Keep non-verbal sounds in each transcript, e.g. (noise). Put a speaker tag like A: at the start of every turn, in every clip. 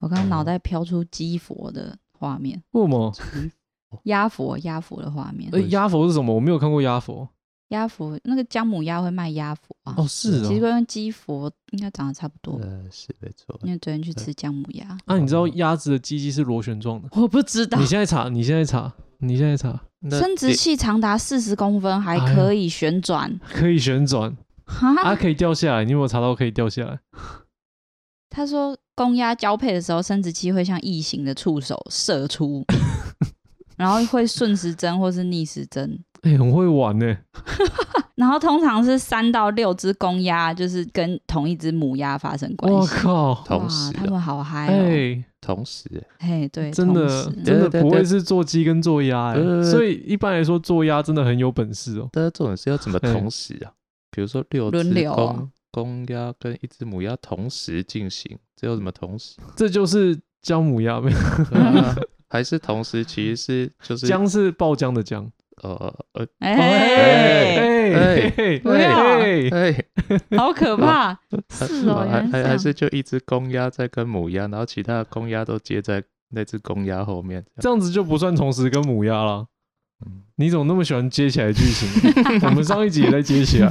A: 我刚刚
B: 嗯
A: 脑袋飘出鸡佛的画面，
B: 为什么？
A: 哦鸭佛鸭佛的画面
B: 哎，，鸭佛是什么？我没有看过鸭佛。
A: 鸭佛那个姜母鸭会卖鸭佛啊，
B: 哦，是
A: 其实
B: 哦。
A: 跟鸡佛应该长得差不多，
C: 嗯，是没错。
A: 因为昨天去吃姜母
B: (laughs)
A: 鸭，
B: 啊，你知道鸭子的鸡鸡是螺旋状的？
A: 我不知道
B: 你。现在查，你现在查，你现在哎查，
C: 那
A: 生殖
C: 得
A: 器长达四十公分，还可以旋转，
B: (laughs) 可以旋转，啊，
A: 哈，
B: 可以掉下来。你有没有查到可以掉下来？
A: 他说，公鸭交配的时候，生殖器会像异形的触手射
B: (laughs)
A: 出，然后会顺时针或是逆时针。
B: 哎，很会玩呢。
A: 然后通常是三到六只公鸭，就是跟同一只母鸭发生关
B: 我
A: 系。
B: 靠！
C: 同时
A: 他
C: 哦，
A: 们好嗨哦！
B: 啊哎，
C: 同时，欸
A: 嘿，对，
B: 真的
A: 同时
B: 真
C: 对
B: 的
C: 对
B: 不会
C: 对
B: 是做鸡跟做鸭
C: 对
B: 哎，
C: 对对
B: 所以一般来说做鸭真的很有本事哦。
C: 但是重点是要怎么
B: 哎
C: 同时啊？比如说六
A: 轮
C: 只
A: 流哦
C: 公公鸭跟一只母鸭同时进行，这要怎么
A: (laughs)
C: 同时？
B: 这就是姜母鸭，没有
C: 对啊还是同时？其实是就是
B: 姜是爆浆的姜。
C: 呃呃
A: 哎，
B: 哦哎哎
A: 不要
B: 哎哦
C: 哎，
A: 好可怕！
B: (laughs)
C: 还
A: 是哦，
C: 还
A: 原来这
C: 还还
A: 样
C: 是就一只公鸭在跟母鸭，然后其他的公鸭都接在那只公鸭后面。这样
B: (laughs) 这样子就不算同时跟母鸭了
C: 嗯。
B: 你怎么那么喜欢接起来的剧情？
A: (laughs)
B: 我们上一集也在接起来，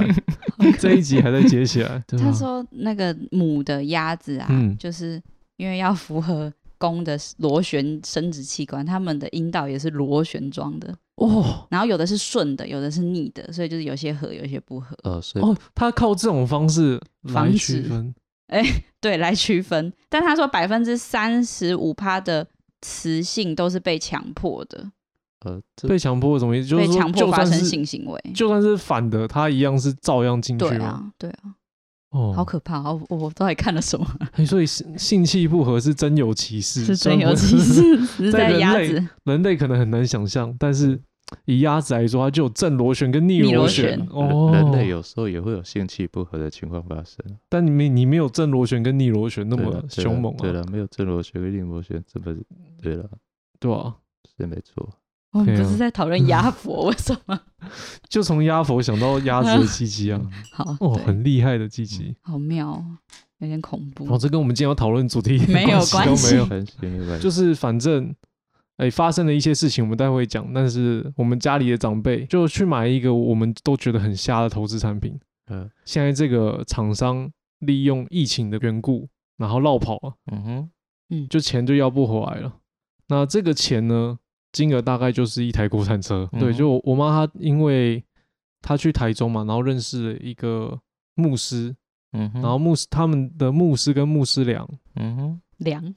B: 这一集还在接起来。对吧
A: 他说那个母的鸭子啊，
B: 嗯
A: 就是因为要符合公的螺旋生殖器官，它们的阴道也是螺旋状的，
B: 哦
A: 然后有的是顺的，有的是逆的，所以就是有些合，有些不合，
C: 呃，所以
B: 哦，他靠这种方式来
A: 防止
B: 区分。
A: 对，来区分。但他说百分之三十五趴的雌性都是被强迫的，
C: 呃，这
B: 被强迫什么意思？就
A: 被
B: 是说，
A: 强迫
B: 就
A: 发
B: 算
A: 生
B: 是
A: 性行为。
B: 就算是反的，他一样是照样进去
A: 对
B: 吗？
A: 啊，对啊，
B: 哦，
A: 好可怕！好，我我到底看了什么？
B: 哎所以性性气不合是真有
A: (laughs)
B: 其事，
A: 是
B: 虽
A: 真
B: 然
A: 有
B: 不 (laughs)
A: 其。事，实
B: 在
A: 在
B: 人
A: 鸭
B: 类 (laughs)
A: 子。
B: 人类可能很难想象，但是以鸭子来说，它就有正螺旋跟逆
A: 逆螺
B: 旋。
A: 旋
C: 人
B: 哦，
C: 人类有时候也会有性气不合的情况发生，
B: 但你没你没有正螺旋跟逆螺旋那
C: 对
B: 么
C: 了对了
B: 凶猛
C: 对
B: 啊，
C: 了，没有正螺旋跟逆螺旋，这不是对了，
B: 对吧？
C: 是没错。
A: 我们不
B: 对啊
A: 是在讨论鸭
B: (laughs)
A: 佛，为什么？
B: 就从鸭佛想到鸭子的鸡鸡啊，
C: 嗯 (laughs)
A: 好，
B: 哦，
A: 嗯对
B: 很厉害的鸡鸡。
A: 好妙哦，有点恐怖。
B: 哦，这跟我们今天要讨论主题
A: 嗯没有
B: 关
A: 关
B: 系
A: 系
B: 都没有。
C: 很行为，
B: 就是是反正，哎、发生了一些事情，我们待会讲。但是我们家里的长辈就去买一个我们都觉得很瞎的投资产品。
C: 嗯
B: 现在这个厂商利用疫情的缘故，然后绕跑了，
C: 嗯哼，
B: 就钱就要不回来了。那这个钱呢，金额大概就是一台国产车。
C: 嗯
B: 对，就我我妈她因为她去台中嘛，然后认识了一个牧师，
C: 嗯哼，
B: 然后牧师他们的牧师跟牧师娘， (laughs)
C: 嗯哼，
A: 凉，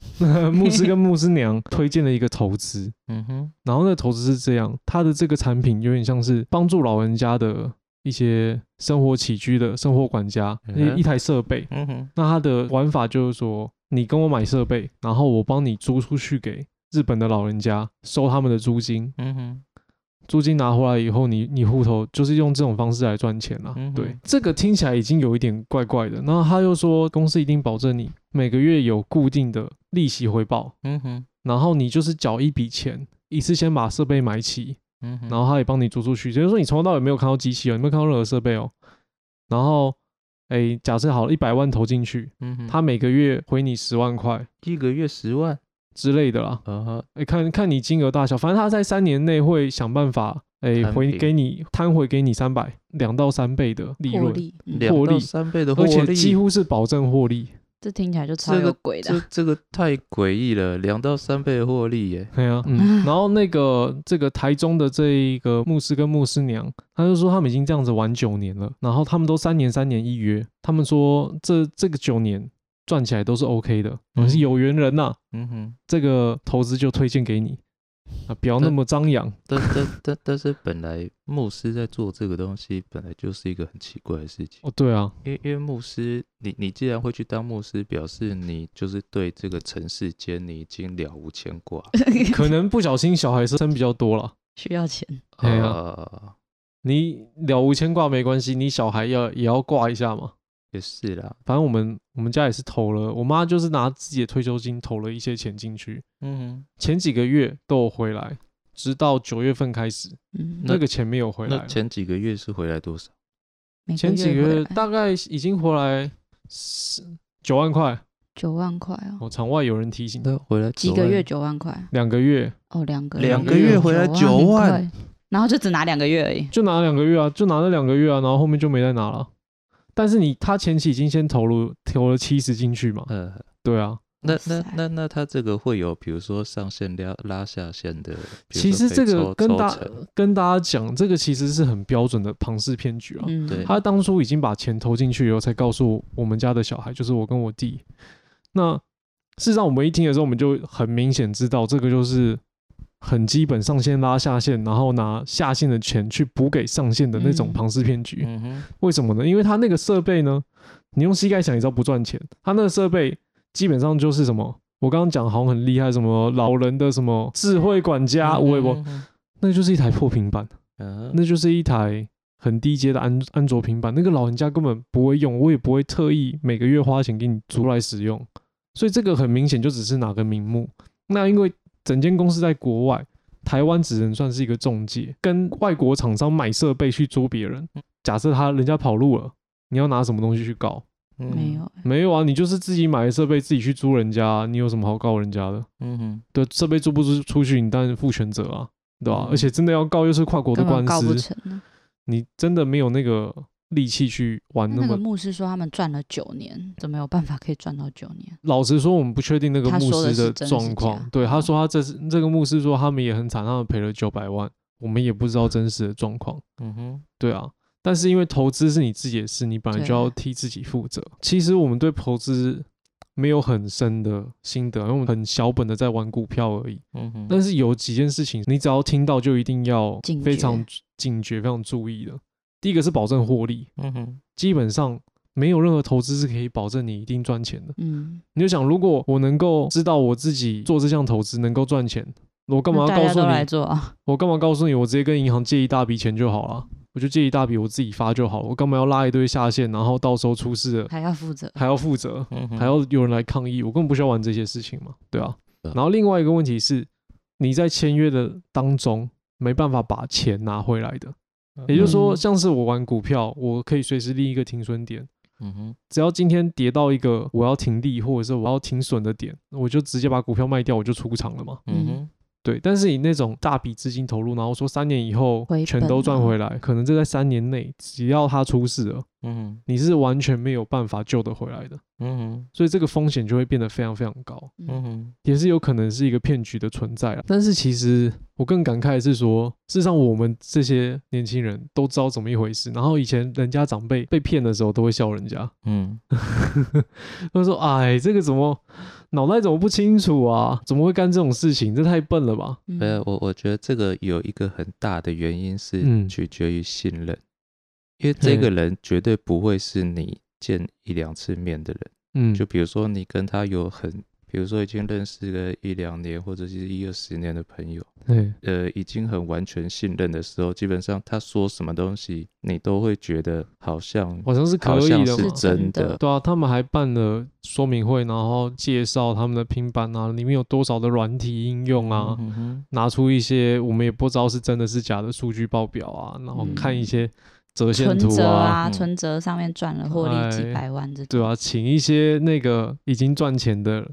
B: 牧师跟牧师
C: (laughs)
B: 娘推荐了一个投资。
C: 嗯哼，
B: 然后那个投资是这样，它的这个产品有点像是帮助老人家的一些生活起居的生活管家，
C: 嗯哼
B: 一一台设备。
C: 嗯哼，
B: 那它的玩法就是说，你跟我买设备，然后我帮你租出去给日本的老人家，收他们的租金，
C: 嗯哼，
B: 租金拿回来以后你，你户头就是用这种方式来赚钱啦、
C: 嗯哼
B: 对，这个听起来已经有一点怪怪的。然后他又说，公司一定保证你每个月有固定的利息回报，
C: 嗯哼，
B: 然后你就是缴一笔钱，一次先把设备买齐，
C: 嗯哼，
B: 然后他也帮你租出去。也就是说，你从头到尾没有看到机器哦，你没有看到任何设备哦。然后，哎，假设好了，一百万投进去，
C: 嗯哼，
B: 他每个月回你十万块
C: 一个月十万，
B: 之类的啦。
C: 啊哈，
B: 哎，看看你金额大小，反正他在三年内会想办法，哎，
C: 摊
B: 回
C: 平
B: 给你摊回给你三百两到三倍的利
A: 魄
B: 润，
A: 力，嗯
C: 两
B: 获利
C: 到三倍的获
B: 而
C: 利，
B: 且几乎是保证获利。
A: 这听起来就超
C: 这个
A: 有鬼的
C: 这
A: 啊。
C: 这个太诡异了，两到三倍的获利耶，
B: 对啊，嗯，然后那个这个台中的这一个牧师跟牧师娘，他就说他们已经这样子玩九年了，然后他们都三年三年一约，他们说这这个九年赚起来都是 OK 的，
C: 嗯
B: 是有缘人呐、
C: 嗯哼，
B: 这个投资就推荐给你啊，不要那么张扬，
C: 但但但但是本来牧师在做这个东西，本来就是一个很奇怪的事情，
B: 哦，对啊，
C: 因为因为牧师，你你既然会去当牧师，表示你就是对这个尘世间你已经了无牵挂，
B: (laughs) 可能不小心小孩生比较多了。
A: 需要钱，
B: 哎呀
C: 呃，
B: 你了无牵挂没关系，你小孩要也要挂一下嘛。
C: 也是啦，
B: 反正我们我们家也是投了，我妈就是拿自己的退休金投了一些钱进去，
C: 嗯
B: 前几个月都有回来，直到九月份开始，
A: 嗯，
B: 那个钱没有回
C: 哼，
B: 来
C: 那
B: 了。
C: 前几个月是回来多少？
A: 每
B: 前几个
A: 回
B: 月
A: 来
B: 大概已经回来十九万块，
A: 九万块哦，
B: 哦，场外有人提醒，
C: 那回来
A: 几
C: 9
A: 个
C: 万
A: 月九万块
B: 两个月
A: 哦，两个
C: 两
B: 个月
C: 回来
A: 九
C: 9万
A: 块，然后就只拿两个月而已。
B: 就拿两个月啊，就拿了两个月啊，然后后面就没再拿了。但是你他前期已经先投入投了七十进去嘛，
C: 呃，
B: 对啊，
C: 那
A: 哇
C: 那
A: 塞
C: 那那他这个会有，比如说上线拉拉下线的，比如
B: 其
C: 说
B: 实
C: 被
B: 这个
C: 抽
B: 跟
C: 抽
B: 大呃
C: 成
B: 跟大家讲，这个其实是很标准的庞氏骗局啊。
A: 嗯，
C: 对
B: 他当初已经把钱投进去以后，才告诉我们家的小孩，就是我跟我弟。那事实上，我们一听的时候，我们就很明显知道，这个就是很基本上线拉下线，然后拿下线的钱去补给上线的那种
A: 嗯
B: 庞氏骗局。
C: 嗯哼，
B: 为什么呢？因为他那个设备呢，你用膝盖想也知道不赚钱。他那个设备基本上就是什么？我刚刚讲好像很厉害，什么老人的什么智慧管 (laughs) 家，
C: 嗯
B: 我也不，
C: 嗯哼
B: 那就是一台破平板。
C: 嗯哼
B: 那就是一台很低阶的安安卓平板，那个老人家根本不会用，我也不会特意每个月花钱给你租来使用，所以这个很明显就只是哪个名目。那因为整间公司在国外，台湾只能算是一个中介，跟外国厂商买设备去租别
A: 嗯
B: 人。假设他人家跑路了，你要拿什么东西去告？
C: 嗯
A: 没有，
B: 没有啊，你就是自己买的设备自己去租人家啊，你有什么好告人家的？
C: 嗯哼，
B: 对，设备租不租出去，你当然负全责啊，对吧、
C: 嗯
B: 而且真的要告，又是跨国的
A: 根
B: 官
A: 本
B: 司，
A: 告不成啊。
B: 你真的没有那个力气去玩那
A: 那那
B: 么。
A: 个牧师说他们赚了九年，怎么有办法可以赚到九年？
B: 老实说，我们不确定那个
A: 他
B: 牧
A: 说的
B: 师
A: 是真是
B: 状
A: 假嗯
B: 况。对，他说他这是这个牧师说他们也很惨，他们赔了九百万，我们也不知道真实的状况。
C: 嗯哼，
B: 对啊，但是因为投资是你自己的事，你本来
A: 对
B: 就要
A: 啊
B: 替自己负责。其实我们对投资没有很深的心得，因为我们很小本的在玩股票而已。
C: 嗯哼，
B: 但是有几件事情，你只要听到就一定要
A: 警觉
B: 非常警觉、非常注意的。第一个是保证获利，
C: 嗯哼，
B: 基本上没有任何投资是可以保证你一定赚钱的。
A: 嗯，
B: 你就想，如果我能够知道我自己做这项投资能够赚钱，我干嘛
A: 那大
B: 要告
A: 家
B: 诉
A: 都来
B: 你？
A: 做 (laughs) 啊？
B: 我干嘛告诉你？我直接跟银行借一大笔钱就好了，我就借一大笔，我自己发就好了。我干嘛要拉一堆下线，然后到时候出事了
A: 还要负责？
B: 还要负责，
C: 嗯哼，
B: 还要有人来抗议？我根本不需要玩这些事情嘛，对啊。
C: 对啊
B: 然后另外一个问题是，你在签约的当中没办法把钱拿回来的，也就是说，
A: 嗯
B: 像是我玩股票，我可以随时立一个停损点。
C: 嗯哼，
B: 只要今天跌到一个我要停利或者是我要停损的点，我就直接把股票卖掉，我就出场了嘛。
C: 嗯哼，
B: 对，但是你那种大笔资金投入，然后说三年以后
A: 回本啊
B: 全都赚回来，可能这在三年内，只要它出事了，
C: 嗯哼，
B: 你是完全没有办法救得回来的，
C: 嗯哼，
B: 所以这个风险就会变得非常非常高，
C: 嗯
A: 嗯
C: 哼，
B: 也是有可能是一个骗局的存在啦。啊但是其实我更感慨的是说，事实上我们这些年轻人都知道怎么一回事，然后以前人家长辈被骗的时候都会笑人家，
C: 嗯
B: 他说：“哎，这个怎么脑袋怎么不清楚啊？怎么会干这种事情？这太笨了吧
A: 嗯
C: 呃，我我觉得这个有一个很大的原因是
B: 嗯
C: 取决于信任，因为这个人绝对不会是你见一两次面的人。！”
B: 嗯，
C: 就比如说你跟他有很，比如说已经认识了一两年或者是一二十年的朋友，
B: 对
C: 呃，已经很完全信任的时候，基本上他说什么东西，你都会觉得好像
B: 好像是可
C: 好
B: 以
C: 像
B: 的
C: 是
B: 嘛。
A: 真
C: 真
A: 的
B: 对啊，他们还办了说明会，然后介绍他们的平板啊，里面有多少的软体应用啊，
C: 嗯哼
B: 拿出一些我们也不知道是真的是假的数据报表啊，然后
A: 嗯
B: 看一些折线
A: 存
B: 图
A: 折
B: 啊，
A: 啊，
C: 嗯
A: 存折上面赚了获利几
B: 哎
A: 百万这种，
B: 对啊，请一些那个已经赚钱的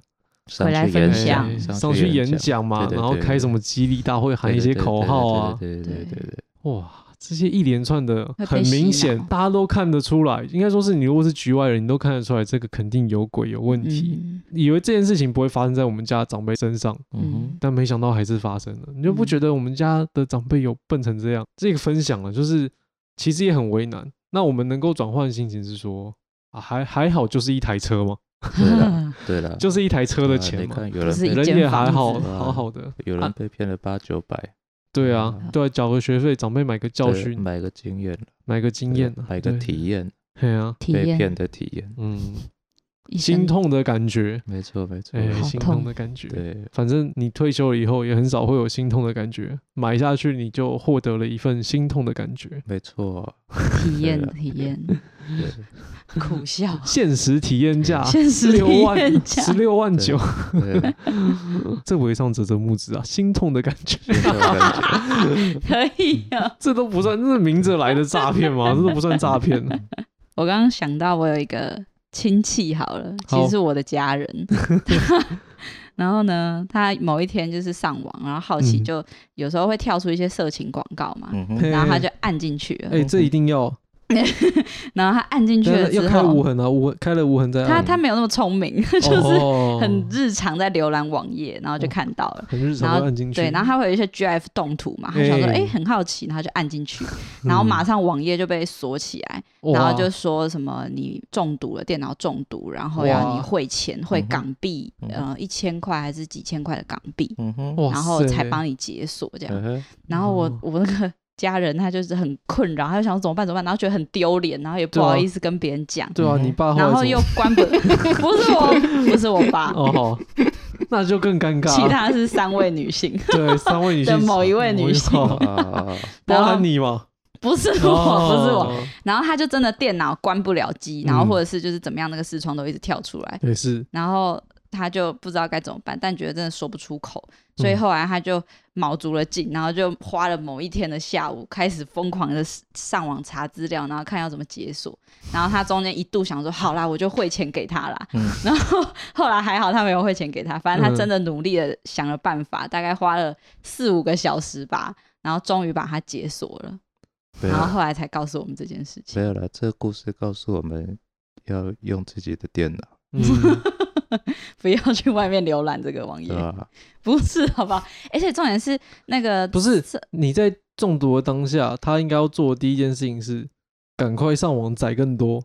C: 上
A: 回来
C: 去
A: 分
C: 演
A: 享
B: 哎
C: 讲，
B: 上去演
C: 演，
B: 讲嘛，
C: 对对
B: 然后
C: 对
B: 开什么激励大会，喊一些
C: 对对对
B: 口号啊，
C: 对对对对对对，
B: 哇，这些一连串的
A: 会被
B: 很明显
A: 洗脑，
B: 大家都看得出来。应该说是你如果是局外人，你都看得出来，这个肯定有鬼有问题。
A: 嗯
B: 以为这件事情不会发生在我们家长辈身上，
C: 嗯
B: 但没想到还是发生了。你就不
A: 嗯
B: 觉得我们家的长辈有笨成这样？这个分享了，就是其实也很为难。那我们能够转换的心情是说。啊，还还好，就是一台车嘛，
A: (laughs)
C: 哼，对了
B: 啊
C: 对了，
B: 就是一台车的
C: 啊
B: 钱
C: 你
B: 嘛，
C: 看有人
A: 是一
C: 被
B: 人
A: 间
B: 也
A: 房
B: 还好，
A: 子
C: 啊
B: 好好的。
C: 有
B: 啊
C: 人被骗了八九百，
B: 对啊
C: 嗯，
B: 对啊，缴个学费，长辈买个教
C: 对
B: 训，
C: 买个经验，
B: 买个经验啊，
C: 买个
B: 对，
C: 体验，
B: 对啊，
A: 体
C: 被骗
A: 验
C: 的体验，
B: 嗯，
A: 一
B: 心
A: 生
B: 痛的感觉，
C: 没错没错
B: 哎、，
A: 好
B: 心
A: 痛
B: 痛的感觉。
C: 对，
B: 反正你退休了以后，也很少会有心痛的感觉。买下去，你就获得了一份心痛的感觉。
C: 没错，
B: 啊
A: 体验
C: 对
A: 体验
B: (laughs)
C: 对
A: 苦笑，
B: 限时体
A: (laughs)
B: 验价
A: 现实
B: 啊六
A: 体验
B: 万
A: 价
B: 十六万九，
C: 对，
B: 这为上啧啧募资啊，心痛的感
A: (laughs)
B: 觉。
C: 没错没错
B: (laughs)
A: 可以啊。
B: 这
A: (laughs)
B: 都不算，这是明着来的诈骗吗？这都不算诈骗。
A: 我刚刚想到，我有一个亲戚好了，其
B: 好
A: 实是我的家
B: (laughs)
A: 人。 (laughs) 然后呢，他某一天就是上网，然后好奇
B: 嗯
A: 就有时候会跳出一些色情广告嘛，
C: 嗯
B: (laughs)
C: 哼，
B: 嘿
A: 然后他就按进去了。
B: 哎、这一定要，
A: 然后他按进去
B: 但
A: 了
B: 是要
A: 之
B: 开无
A: 后，
B: 痕啊，无痕开了无痕再
A: 他
B: 按，
A: 他没有那么聪明， (laughs) 就是
B: 是
A: 很日常在浏览网页，然后就
B: 哦
A: 看到了。
B: 很日
A: 然
B: 常
A: 后
B: 会按进去，
A: 对，然后他会有一些 GIF 动图嘛，他想说，
B: 哎
A: 哎、很好奇，然后就按进
B: (laughs)
A: 去，然
B: 嗯
A: 后马上网页就被锁起来，
B: 后
A: 然后就说什么你中毒了，电脑中毒，然后要你
B: 哇
A: 汇钱，汇
C: 嗯哼
A: 港币，
C: 嗯
A: 呃，一千块还是几千块的港币，
C: 嗯哼，
B: 哇
A: 然后才
B: 塞
A: 帮你解锁这样。
C: 嗯哼，
A: 然后我
B: 哦
A: 我那个家人他就是很困扰，他就想说怎么办怎么办，然后觉得很丢脸，然后也不
B: 对啊
A: 好意思跟别人讲，
B: 对啊，你爸
A: 嗯然
B: 来
A: 后
B: 怎么
A: 又关
B: (laughs)
A: 不，不是我，不是我爸，(laughs)
B: 哦，好那就更尴尬。
A: 其他是三位女性，
B: 对三位女性
A: 的某一位女性
B: 某一位
C: 啊啊啊
A: (laughs)
B: 包
A: 然后
B: 含你嘛？
A: (laughs) 不是我，不是我，
B: 哦，
A: 然后他就真的电脑关不了机，
B: 嗯
A: 然后或者是就是怎么样，那个视窗都一直跳出来，
B: 也是
A: 然后他就不知道该怎么办，但觉得真的说不出口，所以
B: 嗯
A: 后来他就卯足了劲，然后就花了某一天的下午，开始疯狂的上网查资料，然后看要怎么解锁。然后他中间一度想说，好啦，我就汇钱给他啦。
C: 嗯
A: 然后后来还好他没有汇钱给他，反正他
B: 嗯
A: 真的努力的想了办
C: 嗯
A: 法，大概花了四五个小时吧，然后终于把它解锁了，
C: 没有
A: 然后
C: 啦
A: 后来才告诉我们这件事情
C: 没。有了，这个故事告诉我们要用自己的电脑，
A: (laughs)
B: 嗯，
A: 不要去外面浏览这个网页
C: 对，啊吧？
A: 不是好不好？而且重点是那个
B: 不是
A: 这
B: 你在中毒的当下，他应该要做的第一件事情是赶快上网载更多。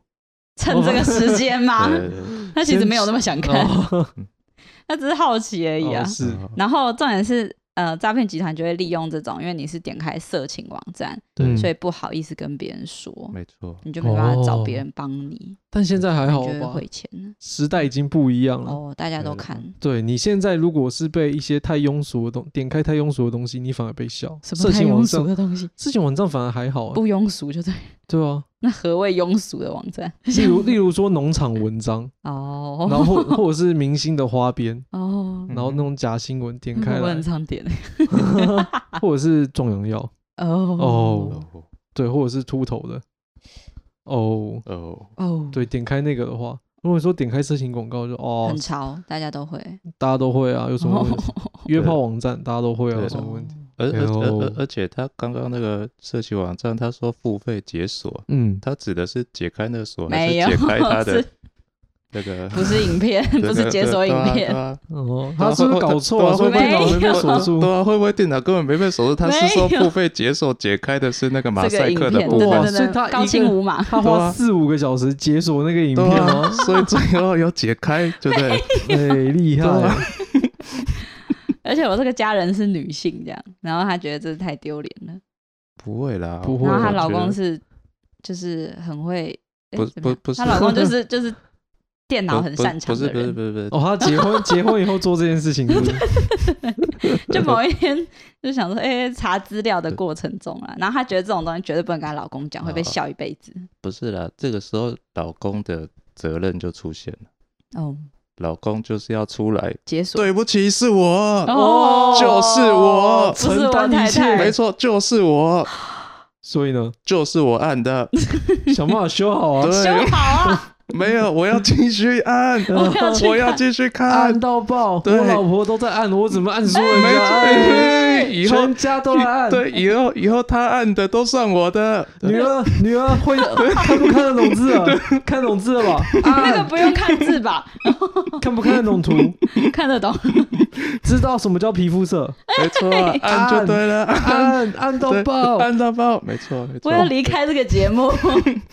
A: 趁这个时间
B: (laughs)
A: 吗？
C: 对对对
A: (laughs) 他其实没有那么想看，
B: 哦
A: (laughs)
B: (laughs)
A: 他只是好奇而已啊
B: 哦。是
C: 啊
A: 然后重点是，呃，诈骗集团就会利用这种，因为你是点开色情网站，
B: 对嗯
A: 所以不好意思跟别人说，
C: 没错，
A: 你就没办法找
B: 哦
A: 别人帮你，
B: 但现在
A: (laughs)
B: 还
A: 你
B: 好
A: 就会
B: 吧？
A: 汇钱了。
B: 时代已经不一样了。
A: 哦，大家都
C: 对
A: 看，
B: 对你现在如果是被一些太庸俗的东点开太庸俗的东西，你反而被笑。
A: 什
B: 色
A: 么太
B: 情网
A: 庸俗
B: 站，
A: 的东
B: (laughs)
A: 西，
B: 色情网站反而还好啊。
A: 不庸俗就对。
B: 对啊，
A: 那何谓庸俗的网站？
B: 例如例如说农场文章，然
A: (laughs)
B: 后
A: 哦
B: 或或者是明星的花边，
A: 哦，
B: 然后那种假新闻点开
A: 我
B: 来
A: 很，常点
B: (laughs) 或者是壮阳药，
A: 哦
B: 哦
C: 哦
B: 对，或者是秃头的，哦，
C: 哦，
A: 哦，
B: 对，点开那个的话，如果说点开色情广告就哦
A: 很，潮，大家都会。
B: 大家都会啊，有什么
A: (laughs)
B: 问题？约炮网站大家都会啊，
C: 对
B: 有什
A: 哦
B: 么问题？
C: 而而而
B: 哎
C: 而
B: 呦
C: 而且他刚刚那个社区网站，他说付费解锁，
B: 嗯，
C: 他指的是解开那个锁，还是
A: 没有，
C: 解开他的
A: 是
C: (laughs) 那个？
A: 不是影片，
C: 这
A: (laughs) 不是
C: 个
A: 解
C: 对
A: 锁影
C: 对啊
A: 片
C: 对，啊对
B: 哦，
C: 啊
B: 他是不是搞错了？
C: 对
B: 会
C: 啊
B: 不会
A: 没
B: 电脑没被锁住
C: 对？啊，会不会电脑根本没被锁住？他是说
A: 没有
C: 付费解锁解开的是那个马
A: 这个
C: 赛
A: 影
C: 克
A: 片，
C: 的
A: 对
C: 部
A: 对
B: 哇
C: 分，
A: 对
B: 所以
A: 对
B: 他一
A: 高
B: 个
A: 清无码，
B: 他
C: 对
B: 花
C: 啊
B: 四五个小时解锁那个影
C: 对
B: 片
C: 啊
B: 吗？，
C: 所以最后有解开，对
A: (laughs)
C: 不对？
B: 哎，厉
C: 对啊
B: 害！
A: (laughs) 而且我这个家人是女性这样，然后她觉得这是太丢脸了，
C: 不会啦，
B: 不会
A: 然后
B: 啦
A: 她
C: 我
A: 老
C: 觉
A: 公
C: 得
A: 是就是很会，诶
C: 不
A: 怎么样
C: 不不是
A: 她老公
C: (laughs)
A: 就是就是电脑很
C: 不
A: 擅长
C: 不
A: 的
C: 是不是
A: 人，
C: 不是不是，
B: 哦，他结婚结婚以后做这件事情是不
A: (laughs)
B: 是，
A: 就某一天就想说，哎，查资料的过程中啊，然后她觉得这种东西绝对不能跟她老公讲，会被
C: 哦
A: 笑一辈子。
C: 不是啦，这个时候老公的责任就出现了，
A: 哦，
C: 老公就是要出来，
A: 解锁
C: 啊对不起，是我，
A: 哦，
C: 就是我
A: 不是
B: 承
A: 我
B: 担
A: 太
B: 一切
A: 太
C: 没，错，就是我，
B: 所以呢，
C: 就是我按的， (laughs)
B: 想办法修好啊，
A: 修
C: 对，
A: 好啊。
C: (laughs) 没有，我要继续
B: (laughs)
C: 按，
A: 我要去看
C: 我要继续看
B: 按，到爆！
C: 对
B: 我老婆都在按，我怎么按输人
C: 没
B: 家
C: 错
B: 按？
C: 哎，以后
B: 全家都来按。，
C: 对，以后以后他按的都算我的，
B: 女儿女儿 (laughs) 会看不看得懂字啊？看懂字了吧？
A: 那个
B: 按
A: 不用看字吧，
B: 看不看得懂图？
A: 看得懂。
B: 知道什么叫皮肤色？
C: 没错，按就对了，
B: 按按到
C: 对
B: 爆！
C: 按到爆，没错没错
A: 我，要离开这个节
C: (laughs)
A: 目。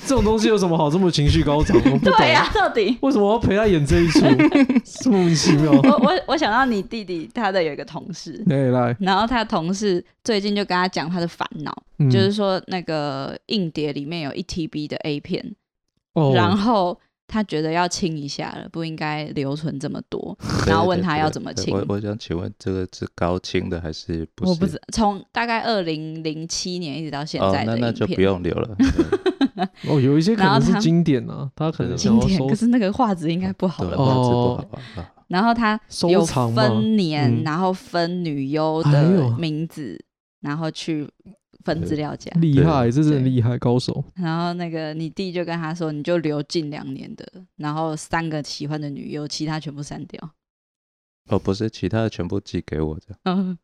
B: 这种东西有什么好这么情绪高涨？我
C: 啊
B: 不懂
A: 对呀、到底
B: 为什么要陪他演
A: (laughs)
B: 这一出？这么莫名其妙。
A: 我
C: 啊
A: 我我想到你弟弟他的有一个同事，
B: 来来，
A: 然后他的同事最近就跟他讲他的烦恼，
B: 嗯
A: 就是说那个硬碟里面有一 TB 的 A 片，
B: 哦
A: 然后。他觉得要清一下了，不应该留存这么多。
C: 对
A: 然后
C: 对
A: 问
C: 对
A: 他
C: 对
A: 要怎么
C: 对
A: 清
C: 我我想请问这个是高清的还是不是？
A: 我不知从大概二零零七年一直到现
C: 哦，
A: 在
C: 那
A: 的
C: 那
A: 影
C: 就
A: 片，
C: 不用
A: (laughs)
C: 留了。对
B: 哦，有一些可
A: 然后
B: 能是
A: 他
B: 经典啊，他可能想
A: 经
B: 要
A: 典。
B: 收
A: 可是那个画质应该不好
C: 对，
A: 了
C: 这
A: 吧？
B: 哦
C: 不好吧？啊
A: 然后他有
B: 收藏嘛。
A: 分年，
B: 嗯
A: 然后分女优
B: 哎
A: 的
B: 呦
A: 名字，然后去分资料夹。
B: 厉
C: 对
B: 害，这是
A: 对
B: 厉害高手。
A: 然后那个你弟就跟他说，你就留近两年的，然后三个喜欢的女优，其他全部删
B: (laughs)
A: 掉。
C: 哦，不是，其他的全部寄给我这样
A: 嗯，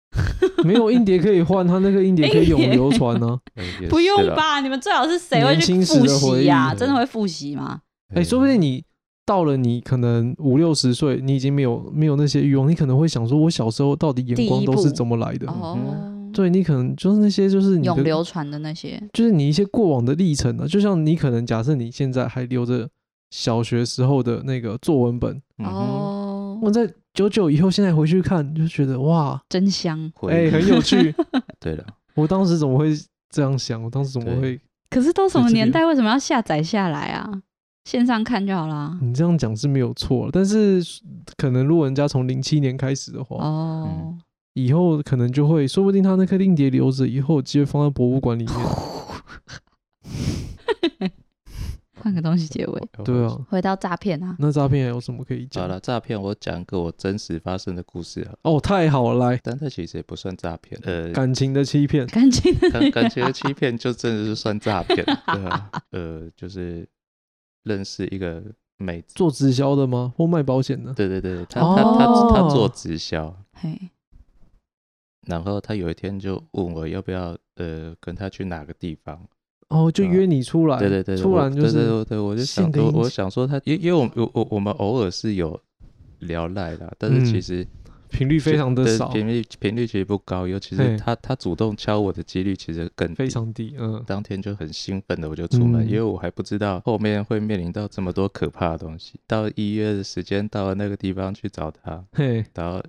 A: (laughs)
B: 没有硬碟可以换，他那个硬碟可以永流传啊呢、
C: 哎也
A: 不
C: 是
A: 用
C: 啦？
A: 吧？你们最好是谁会
B: 啊年
A: 去
B: 轻时
A: 复
B: 的回
A: 习
B: 忆
A: 呀、
C: 对
A: 真的会复习吗？
B: 哎、说不定你到了你可能五六十岁，你已经没有没有那些欲望，你可能会想说，我小时候到底眼光
A: 第一
B: 都
A: 步
B: 是怎么来的？
A: 哦，
B: 对你可能就是那些就是嗯你
A: 永
B: 的，
A: 流传的那些，
B: 就是你一些过往的历程啊，就像你可能假设你现在还留着小学时候的那个作文本，
C: 嗯哼，
A: 哦，
B: 我在久久以后现在回去看，就觉得哇，
A: 真香。
B: 哎、
C: 回忆
B: 很
A: (laughs)
B: 有啊趣，
C: 对了，
B: 我当时怎么会这样想？我当时怎么
C: 对
B: 会？
A: 可是都什么
B: 这这
A: 年
B: 个
A: 代，为什么要下载下来啊？线上看就好啦。
B: 你这样讲是没有错，啊但是可能如果人家从零七年开始的话，嗯
A: 哦，
B: 以后可能就会，说不定他那颗硬碟留着，以后有机会放在博物
A: (laughs)
B: 馆里面。
A: 换个东西结尾，
B: 对，啊，
A: 回到诈骗啊。
B: 那诈骗还有什么可以
C: 好
B: 讲？
C: 了，诈骗我讲个我真实发生的故事啊，
B: 哦，太好了，来，
C: 但它其实也不算诈骗，呃，
B: (laughs) 感情的欺骗，
A: (laughs) 干净的
C: 感感情的欺骗就真的是算诈骗， (laughs) 对啊，呃，就是认识一个妹子，
B: 做直销的吗？或卖保险的？
C: 对对对，她她她她做
B: 哦
C: 直销，
A: 嘿，
C: 然后她有一天就问我要不要呃跟她去哪个地方，
B: 哦，就约你出来，
C: 啊对对对，
B: 突
C: 我
B: 然就
C: 对对
B: 是
C: 对对，我就
B: 性
C: 想
B: 的
C: 我
B: 引
C: 我
B: 起
C: 想说她，因因为我我我我们偶尔是有聊赖啦，但是
B: 嗯
C: 其实
B: 频率非常的
C: 对
B: 少，
C: 频率频率其实不高，尤其
B: 嘿
C: 是她她主动敲我的几率其实更低
B: 非常低，嗯，
C: 当天就很兴奋的我就出门，
B: 嗯
C: 因为我还不知道后面会面临到这么多可怕的东西。到一月的时间到了那个地方去找他，
B: 嘿，
C: 然后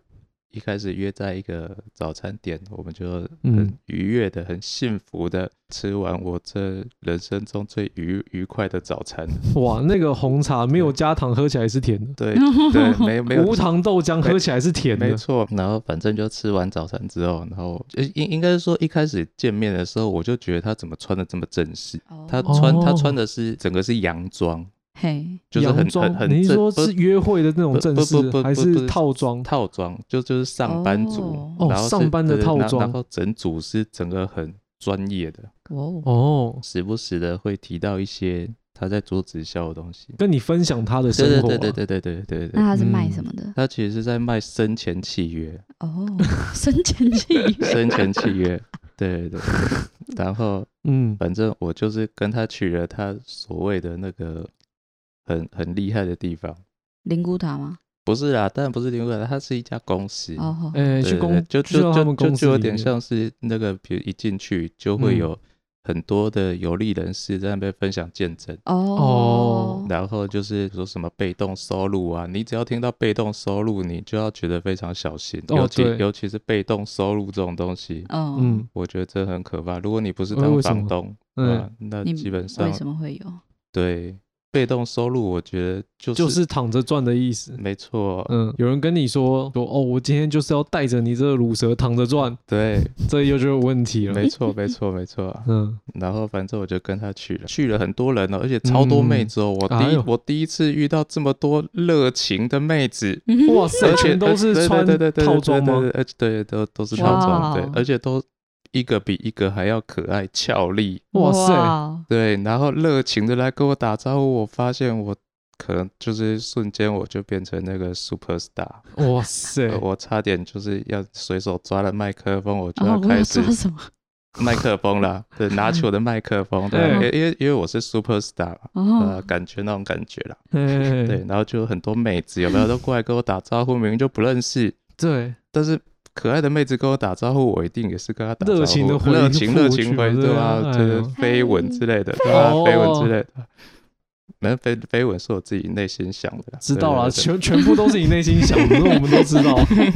C: 一开始约在一个早餐店，我们就很
B: 嗯
C: 愉悦的、很幸福的吃完我这人生中最愉愉快的早餐。
B: 哇，那个红茶没有加糖，喝起来是甜的。
C: 对
B: (laughs)
C: 对，没没有
B: 无糖豆浆
C: 没
B: 喝起来是甜
C: 没
B: 的，
C: 错，然后反正就吃完早餐之后，然后呃应应该是说一开始见面的时候，我就觉得他怎么穿的这么正式，
A: (laughs)
C: 他
A: 哦
C: 穿、他
B: 哦
C: 穿的是整个是洋装，
A: 嘿，
C: 就是
B: 洋
C: 很
B: 装
C: 很，很
B: 你是
C: 正
B: 说
C: 不
B: 是约会的那种
C: 不
B: 正
C: 不不
B: 式
C: 不，
B: 还
C: 不不
B: 是
C: 是
B: 套装？
C: 套装，就就是上班族，
A: 哦
B: 哦
C: 然后是
B: 上班的
C: 对
B: 套
C: 然
B: 装
C: 然后整组是整个很专业的，
A: 哦，
B: 哦，
C: 时不时的会提到一些他在做直销的东西。
B: 跟你分享他的生
C: 对对
B: 活、啊
C: 对对，对对对对
A: 那
C: 对，
A: 他是卖
B: 嗯
A: 什么的？
C: 他其实是在卖生前契约，
A: 哦， (laughs) 生前契约，
C: 生前契约， (laughs) 对对对。然后
B: 嗯，
C: 反正我就是跟他去了他所谓的那个很很厉害的地方，
A: (laughs) 灵骨塔吗？
C: 不是啦，当然不是另外的，它是一家公司。
A: 哦，
B: 哎、
C: 对
B: 去
C: 对
B: 公
C: 对就
B: 去到
C: 就
B: 他
C: 就
B: 们
C: 就
B: 公司
C: 就有
B: 里
C: 点
B: 面
C: 像是那个，比如一进去就会
B: 嗯
C: 有很多的有利人士在那边分享见证，
A: 哦，
C: 然后就是说什么被动收入啊，你只要听到被动收入，你就要觉得非常小心，
B: 哦
C: 尤其
B: 对
C: 尤其是被动收入这种东西，
A: 哦，
B: 嗯，
C: 我觉得这很可怕。如果你不是
B: 呃
C: 当
B: 为什
C: 房
B: 么
C: 东，
B: 嗯
C: 啊，那
A: 你
C: 基本
A: 为
C: 上
A: 什么会有？
C: 对被动收入，我觉得就是
B: 就是躺着赚的意思。
C: 没错，
B: 嗯，有人跟你说说哦，我今天就是要带着你这个乳蛇躺着赚，
C: 对，
B: 这又就有问题了。
C: 没错，没错，没错。
B: (laughs) 嗯，
C: 然后反正我就跟他去了，去了很多人哦，而且超多妹子哦。我第
B: 哎
C: 一、
B: 呦
C: 我第一次遇到这么多热情的妹子，
B: 哇
C: 而
B: 塞，
C: 且
B: 全都
C: 而
B: 是
C: 对
B: 穿
C: 对对对对
B: 套装
C: 对
B: 吗
C: 对？对对对，都都是
A: 哇
C: 套装，对
A: 哦，
C: 而且都一个比一个还要可爱俏丽，
B: 哇塞，
A: (laughs) 哇哦
C: 对，然后热情的来跟我打招呼，我发现我。可能就是瞬间我就变成那个 super star，、
B: 哇塞
C: 呃，我差点就是要随手抓了麦克风，我就
A: 哦
C: 要，
A: 我要
C: 开始
A: 抓
C: (laughs)
A: 什么？
C: 麦克风啦，对，拿起我的麦克风，对啊，
B: 哎
C: 因因为因为我是 super star 嘛，呃，
B: 嗯
A: 哦，
C: 感觉那种感觉啦，
B: 哎
C: 对，然后就有很多妹子有没有都过来跟我打招呼，明明就不认识，
B: 对，
C: 但是可爱的妹子跟我打招呼，我一定也是跟她打招呼，
B: 热情地回
C: 热情
B: 复
C: 热情
B: 去
C: 回，
B: 嘛
C: 对
B: 对
C: 吧
B: 啊？
C: 就
B: 哎
C: 是
B: 呦
C: 飞吻之类的，对吧？
B: 哦
C: 飞吻之类的， (laughs) 没有飞飞吻是我自己内心想的啦，
B: 知道
C: 对
B: 啦，
C: 对对
B: 全全部都是你内心想的，那我们都知
C: (laughs)
B: 道。哎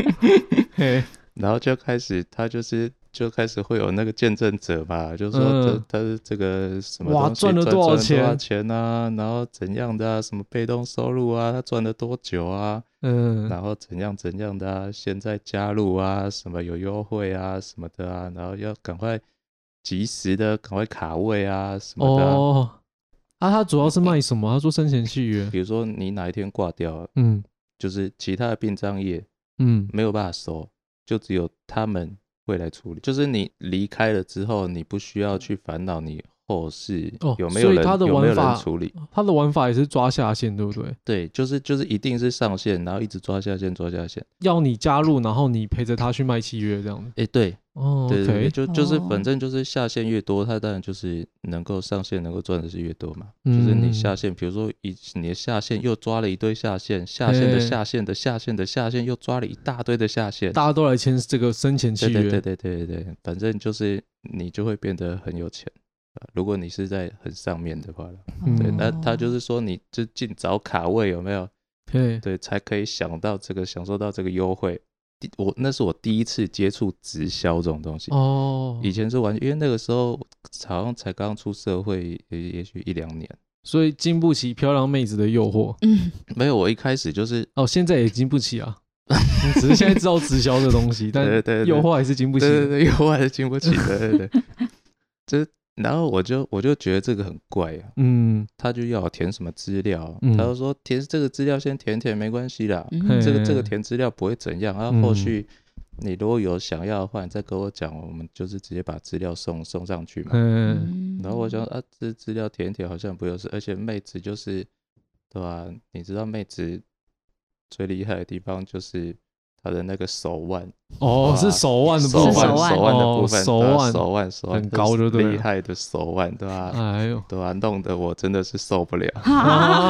B: 嘿，
C: 然后就开始，他就是就开始会有那个见证者嘛，就说
B: 嗯
C: 他、他是这个什么
B: 哇
C: 东西
B: 赚了
C: 赚
B: 多少
C: 赚了多少
B: 钱
C: 钱啊，然后怎样的啊，什么被动收入啊，他赚了多久啊，
B: 嗯，
C: 然后怎样怎样的啊，现在加入啊，什么有优惠啊什么的啊，然后要赶快及时的赶快卡位啊什么的啊、嗯
B: 哦，啊，他主要是卖什么？他说生前契
C: (laughs)
B: 约。
C: 比如说你哪一天挂掉了，
B: 嗯
C: 就是其他的殡葬业
B: 嗯，
C: 没有办法收，就只有他们会来处理。就是你离开了之后，你不需要去烦恼你后事
B: 哦
C: 有没有
B: 所以
C: 人、
B: 他的
C: 有没有
B: 玩法
C: 人处理。
B: 他的玩法也是抓下线，对不对？
C: 对，就是就是一定是上线，然后一直抓下线，抓下线。
B: 要你加入，然后你陪着他去卖契约这样子。
C: 哎、对
B: 哦
C: 对对对
B: ，OK，
C: 就就是
A: 哦
C: 反正就是下线越多，他当然就是能够上线能够赚的是越多嘛。就是你
B: 嗯
C: 下线，比如说一你的下线又抓了一堆下线，下线的
B: 嘿
C: 下线的下线的下线又抓了一大堆的下线，
B: 大家都来签这个生前契
C: 对
B: 约。
C: 对对对对对对，反正就是你就会变得很有钱。呃如果你是在很上面的话啦，
B: 嗯
C: 对，那
A: 哦
C: 他就是说你就尽早卡位有没有？
B: 对
C: 对，才可以想到这个享受到这个优惠。第我那是我第一次接触直销这种东西，
B: 哦，
C: 以前是完，因为那个时候好像才刚出社会，也也许一两年。
B: 所以经不起漂亮妹子的诱惑。
C: (laughs)
A: 嗯，
C: 没有，我一开始就是
B: 哦，现在也经不起
C: (laughs)
B: 啊，只是现在知道直销的东西，但
C: 对对对
B: 诱惑还是经不起
C: 对对
B: 的。
C: 对，有我还是经不起的，对对对。就是，然后我就我就觉得这个很怪啊，
B: 嗯，
C: 他就要我填什么资料，
B: 嗯
C: 他就说填这个资料先填一填没关系啦，
A: 嗯
C: 这个
B: 嘿
C: 这个填资料不会怎样，然后
B: 嗯
C: 后续你如果有想要的话，你再跟我讲，我们就是直接把资料送送上去嘛。
B: 嗯，
A: 嗯
C: 然后我想啊，这资料填一填好像不有事，而且妹子就是，对吧、你知道妹子最厉害的地方就是她的那个手腕，
B: 哦
C: 哇，
B: 是手腕的
C: 手
B: 部
C: 腕
B: 分，
A: 手腕
C: 的部分，
B: 哦手
C: 对啊
B: 腕，
C: 手腕手腕
B: 很
C: 这
B: 高
C: 是
B: 就对
C: 厉
B: 了
C: 害的手腕，对吧、
B: 哎呦，
C: 对吧、弄得我真的是受不了， (laughs)
A: 啊，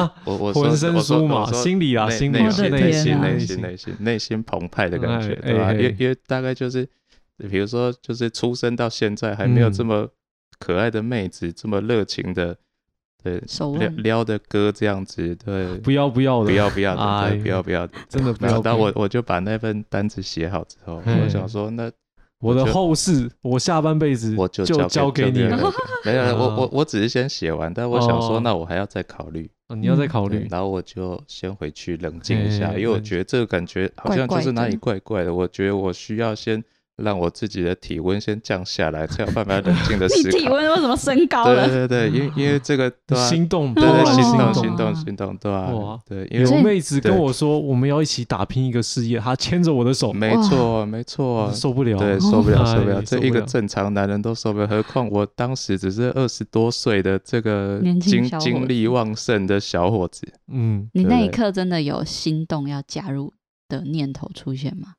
B: 啊，
C: 我我说
B: 浑身
C: 我说
B: 酥
C: 我
B: 麻，
C: 说
B: 心里啊，
C: 内
B: 心里
A: 我
C: 内
B: 啊，
A: 的内
C: 心内
A: 天
C: 心
A: 啊
C: 内心内心内心澎湃的感觉，
B: 哎
C: 对吧、
B: 哎
C: 因为
B: 哎
C: 因为大概就是，比如说就是出生到现在还没有
B: 嗯
C: 这么可爱的妹子，这么热情的，对，
A: 手
C: 撩
A: 腕
C: 撩的歌这样子，对，
B: 不要不要的，
C: 不要不要的，
B: 哎
C: 对不要不要的。
B: 真的不
C: 然
B: 要
C: 后，
B: 不
C: 当
B: 要。
C: 我我就把那份单子写好之后，
B: 哎
C: 我想说，那
B: 我的
C: 我就
B: 后事，我下半辈子
C: 我
B: 就
C: 交
B: 给你
C: 你
B: 了，
C: (laughs) 没有，我我
B: 啊
C: 我只是先写完，但我想说，
B: 哦
C: 那我还要再考虑。
B: 啊你要再考
C: 嗯对
B: 虑，
C: 然后我就先回去冷静一下，
B: 哎
C: 因为我
B: 冷
C: 觉得这个感觉好像就是哪里怪怪的。我觉得我需要先让我自己的体温先降下来，才有办法冷静的
A: (laughs) 你
C: 思
A: 体
C: 考。
A: 温为什么升高
C: 对
A: 了？
C: 对对，因为因为这个对吧、
B: 心动，
C: 对对，
A: 哦
C: 心动
A: 啊
C: 心动
A: 啊
C: 心动，对吧、
B: 哇
C: 对，因
B: 有
A: 所以
C: 为
B: 妹子跟
C: 对
B: 我说，我们要一起打拼一个事业，她牵着我的手，
C: 没错没错，
B: 受不了，
C: 对，受不了，受不了，
B: 哎
C: 这
B: 受
C: 一
B: 不
C: 个
B: 了
C: 正常男人都受不了，何况我当时只是二十多岁的这个
A: 年轻
C: 精
A: 小伙
C: 精力
A: 子
C: 旺盛的小伙子。
B: 嗯，
A: 你那一
C: 对
A: 刻真的有心动要加入的念头出现吗？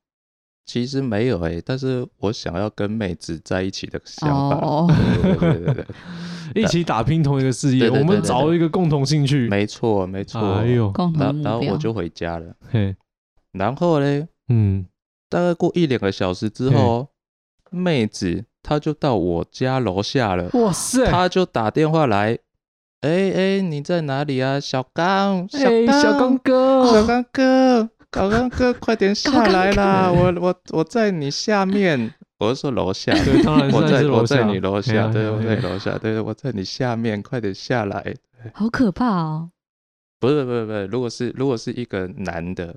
C: 其实没有诶、但是我想要跟妹子在一起的想法。
A: 哦
C: (laughs) 对对对对对，
B: 一起打拼同一个事业，
C: 对对对
B: 我们找一个共同兴趣。
C: 没错没错。
B: 哎呦，
A: 共
C: 然
A: 同嗯
C: 后然
A: 目
C: 后
A: 标
C: 我就回家了。
B: 嘿，
C: 然后嘞，
B: 嗯，
C: 大概过一两个小时之后，妹子她就到我家楼下了，
B: 哇塞，
C: 她就打电话来，哎哎，你在哪里啊？小刚，小
B: 哎，
C: 刚，
B: 小刚哦哥，
C: 小刚哥，小刚哥，快
A: (laughs)
C: 点下来啦！我我我在你下面，我是说楼
B: (laughs)
C: 下，
B: 对，当然是
C: 我在
B: 啊是
C: 我
B: 楼
C: 在
B: 下，
C: 你楼
B: 哎
C: 下，
B: 呀
C: 对，我在你，
B: 哎呀
C: 楼下，对，我在你下面，快点下来。
A: 好可怕哦！
C: 不是不是不是，如果是如果是一个男的，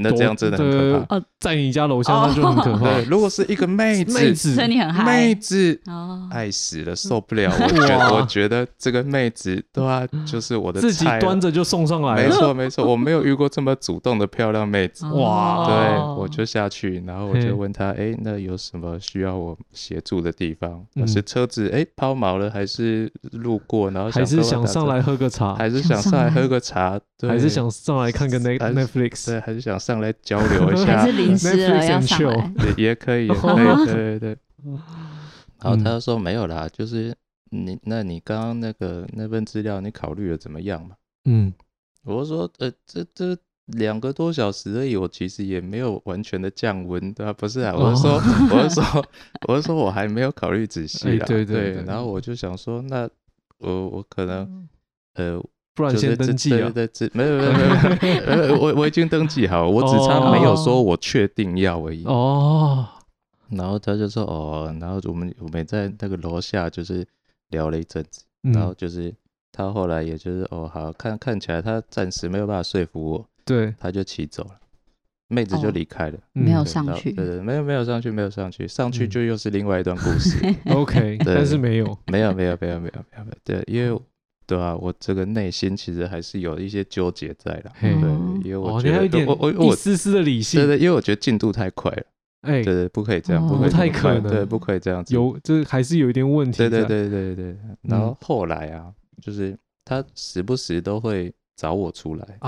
C: 那
B: 多
C: 这样真的很可怕。
A: 哦，
B: 在你家楼下
A: 哦
B: 那就很可
C: 对，
B: 怕。
C: 如果是一个妹
B: 妹
C: 子，
B: 子
A: 所以你很
C: 妹哎
A: 嗨
C: 子
A: 哦，
C: 爱死了，受不
B: (laughs)
C: 了。我觉得
B: 哇
C: 我觉得这个妹子对啊，就是我的
B: 自己
C: 菜了
B: 端着就送上来
C: 没
B: 了，
C: 错没错，我没有遇过这么主动的漂亮妹子。
B: 哇
C: 对，
A: 哦
C: 我就下去，然后我就
B: 嘿
C: 问他，哎，那有什么需要我协助的地方？
B: 嗯
C: 是车子哎抛锚了，还是路过，然后
B: 还是
C: 说
B: 想
C: 打
B: 上
C: 车
B: 来喝个茶，
C: 还是想上来喝个茶，哎对，
B: 还是想上来看个 net
C: (laughs) 还是
B: Netflix，
C: 对，还是想上来交流一
A: 哦 (laughs) 还
C: 下
A: 是，哦淋湿了
B: Netflix
A: 要
B: and
A: 上来
B: chill
C: 也也可以，也可以，对对
B: (laughs)
C: 对。然后他
B: 嗯
C: 就说没有啦，就是你，那你刚刚那个那份资料你考虑的怎么样嘛？
B: 嗯，
C: 我就说，呃，这这两个多小时而已，我其实也没有完全的降温，对吧、不是啊，我是说，我
B: (laughs)
C: 是说，我是说我还没有考虑仔细
B: 哦哎
C: 啦，
B: 对对对
C: 然后我就想说，那我我可能，呃，
B: 不然
C: 就是
B: 先
C: 这
B: 登记啊。
C: 对对对，没有没有没有没有没有，我我已经登记好了，我只差没有说我确定要而已。
B: 哦，
C: 然后他就说哦，然后我们我们在那个楼下就是聊了一阵子，然后
B: 嗯，
C: 就是他后来也就是哦好看看起来他暂时没有办法说服我，
B: 对，
C: 他就骑走了，妹子就
A: 哦
C: 离开了。
B: 嗯
A: 没有
C: 对
A: 上
C: 然后
A: 去
C: 对对，没有没有上去，没有上去，上去
B: 嗯
C: 就又是另外一段故事。
B: (laughs)
A: (laughs)
B: OK，
C: (laughs) 对
B: 但是没有，
C: 没有没有没有没有没有，没有对，因为对啊，我这个内心其实还是有一些纠结在啦。
B: 嘿
C: 对
A: 哦，
C: 因为我
B: 哦，
C: 觉
B: 你还
C: 得
B: 有一点
C: 我我
B: 一
C: 我
B: 丝丝的理
C: 对
B: 性，
C: 对，因为我觉得进度太快了，
B: 哎、
C: 对对，不可以这样，
A: 哦
C: 不可
A: 不
C: 以这么
B: 太可
C: 快
B: 能
C: 对，不可以这样子。
B: 有这还是有一点问题在。
C: 对对对对对。然
B: 嗯
C: 后后来啊，就是他时不时都会找我出来。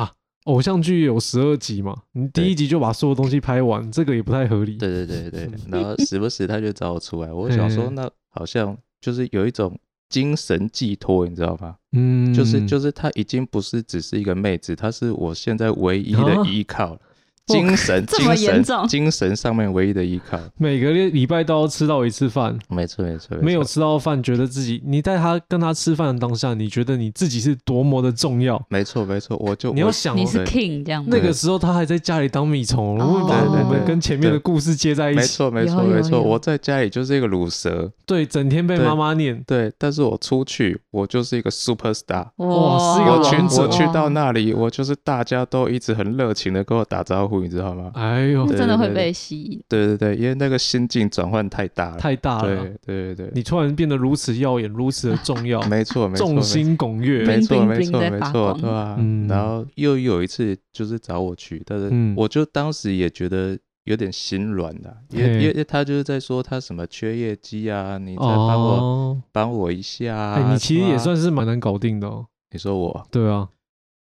B: 偶像剧有十二集嘛，你第一
C: 对
B: 集就把所有东西拍完，这个也不太合理。
C: 对对对对
B: 嗯，
C: 然后时不时他就找我出来，我想说
B: 嗯
C: 那好像就是有一种精神寄托，你知道吗？
B: 嗯，
C: 就是就是她已经不是只是一个妹子，她是我现在唯一的
B: 啊
C: 依靠
B: (laughs)
C: 了，精神
A: 这么
C: 精
A: 严
C: 神
A: 重
C: 精神上面唯一的依靠。
B: 每个礼拜都要吃到一次饭，
C: 没错没错，
B: 没有
C: 错
B: 吃到饭，觉得自己你在他跟他吃饭的当下，你觉得你自己是多么的重要。
C: 没错没错，我就
B: 你要
C: 我
B: 想哦
A: 你是
C: 对
A: king 这样吗
B: 那个时候他还在家里当米虫，
A: 哦
B: 我们把
A: 对对对
B: 我们跟前面的故事接在一
C: 没
B: 起。
C: 错没错
A: 有有
C: 没错，
A: 有
C: 我在家里就是一个乳蛇，
B: 对，整天被
C: 对
B: 妈妈念，
C: 对，但是我出去我就是一个 super star。
B: 哇
A: 哦
B: 是一个哦
C: 我去
B: 王者
C: 我去到那里，我就是大家都一直很热情的跟我打招呼，你知道吗？
B: 哎呦，
A: 那真的
C: 对对
A: 会
C: 对
A: 被吸引。
C: 对对对，因为那个心境转换太大了，
B: 太大了，
C: 对对对对，
B: 你突然变得如此耀眼，如此的重要，
C: 没错没错，没
B: 众
C: 错
B: 星拱月。
C: 没错，
A: bling
C: 没
A: bling
C: 错，
A: 在
C: 没
A: 发
C: 错，
A: 光
C: 对啊
B: 嗯？
C: 然后又有一次就是找我去，但是
B: 嗯
C: 我就当时也觉得有点心软的，因
B: 嘿
C: 为因为他就是在说他什么缺业绩啊，你再帮我
B: 哦，
C: 帮我一下
B: 哎、
C: 啊，
B: 你其实
C: 什么啊
B: 也算是蛮难搞定的哦。
C: 你说我，
B: 对
C: (laughs)
B: 啊，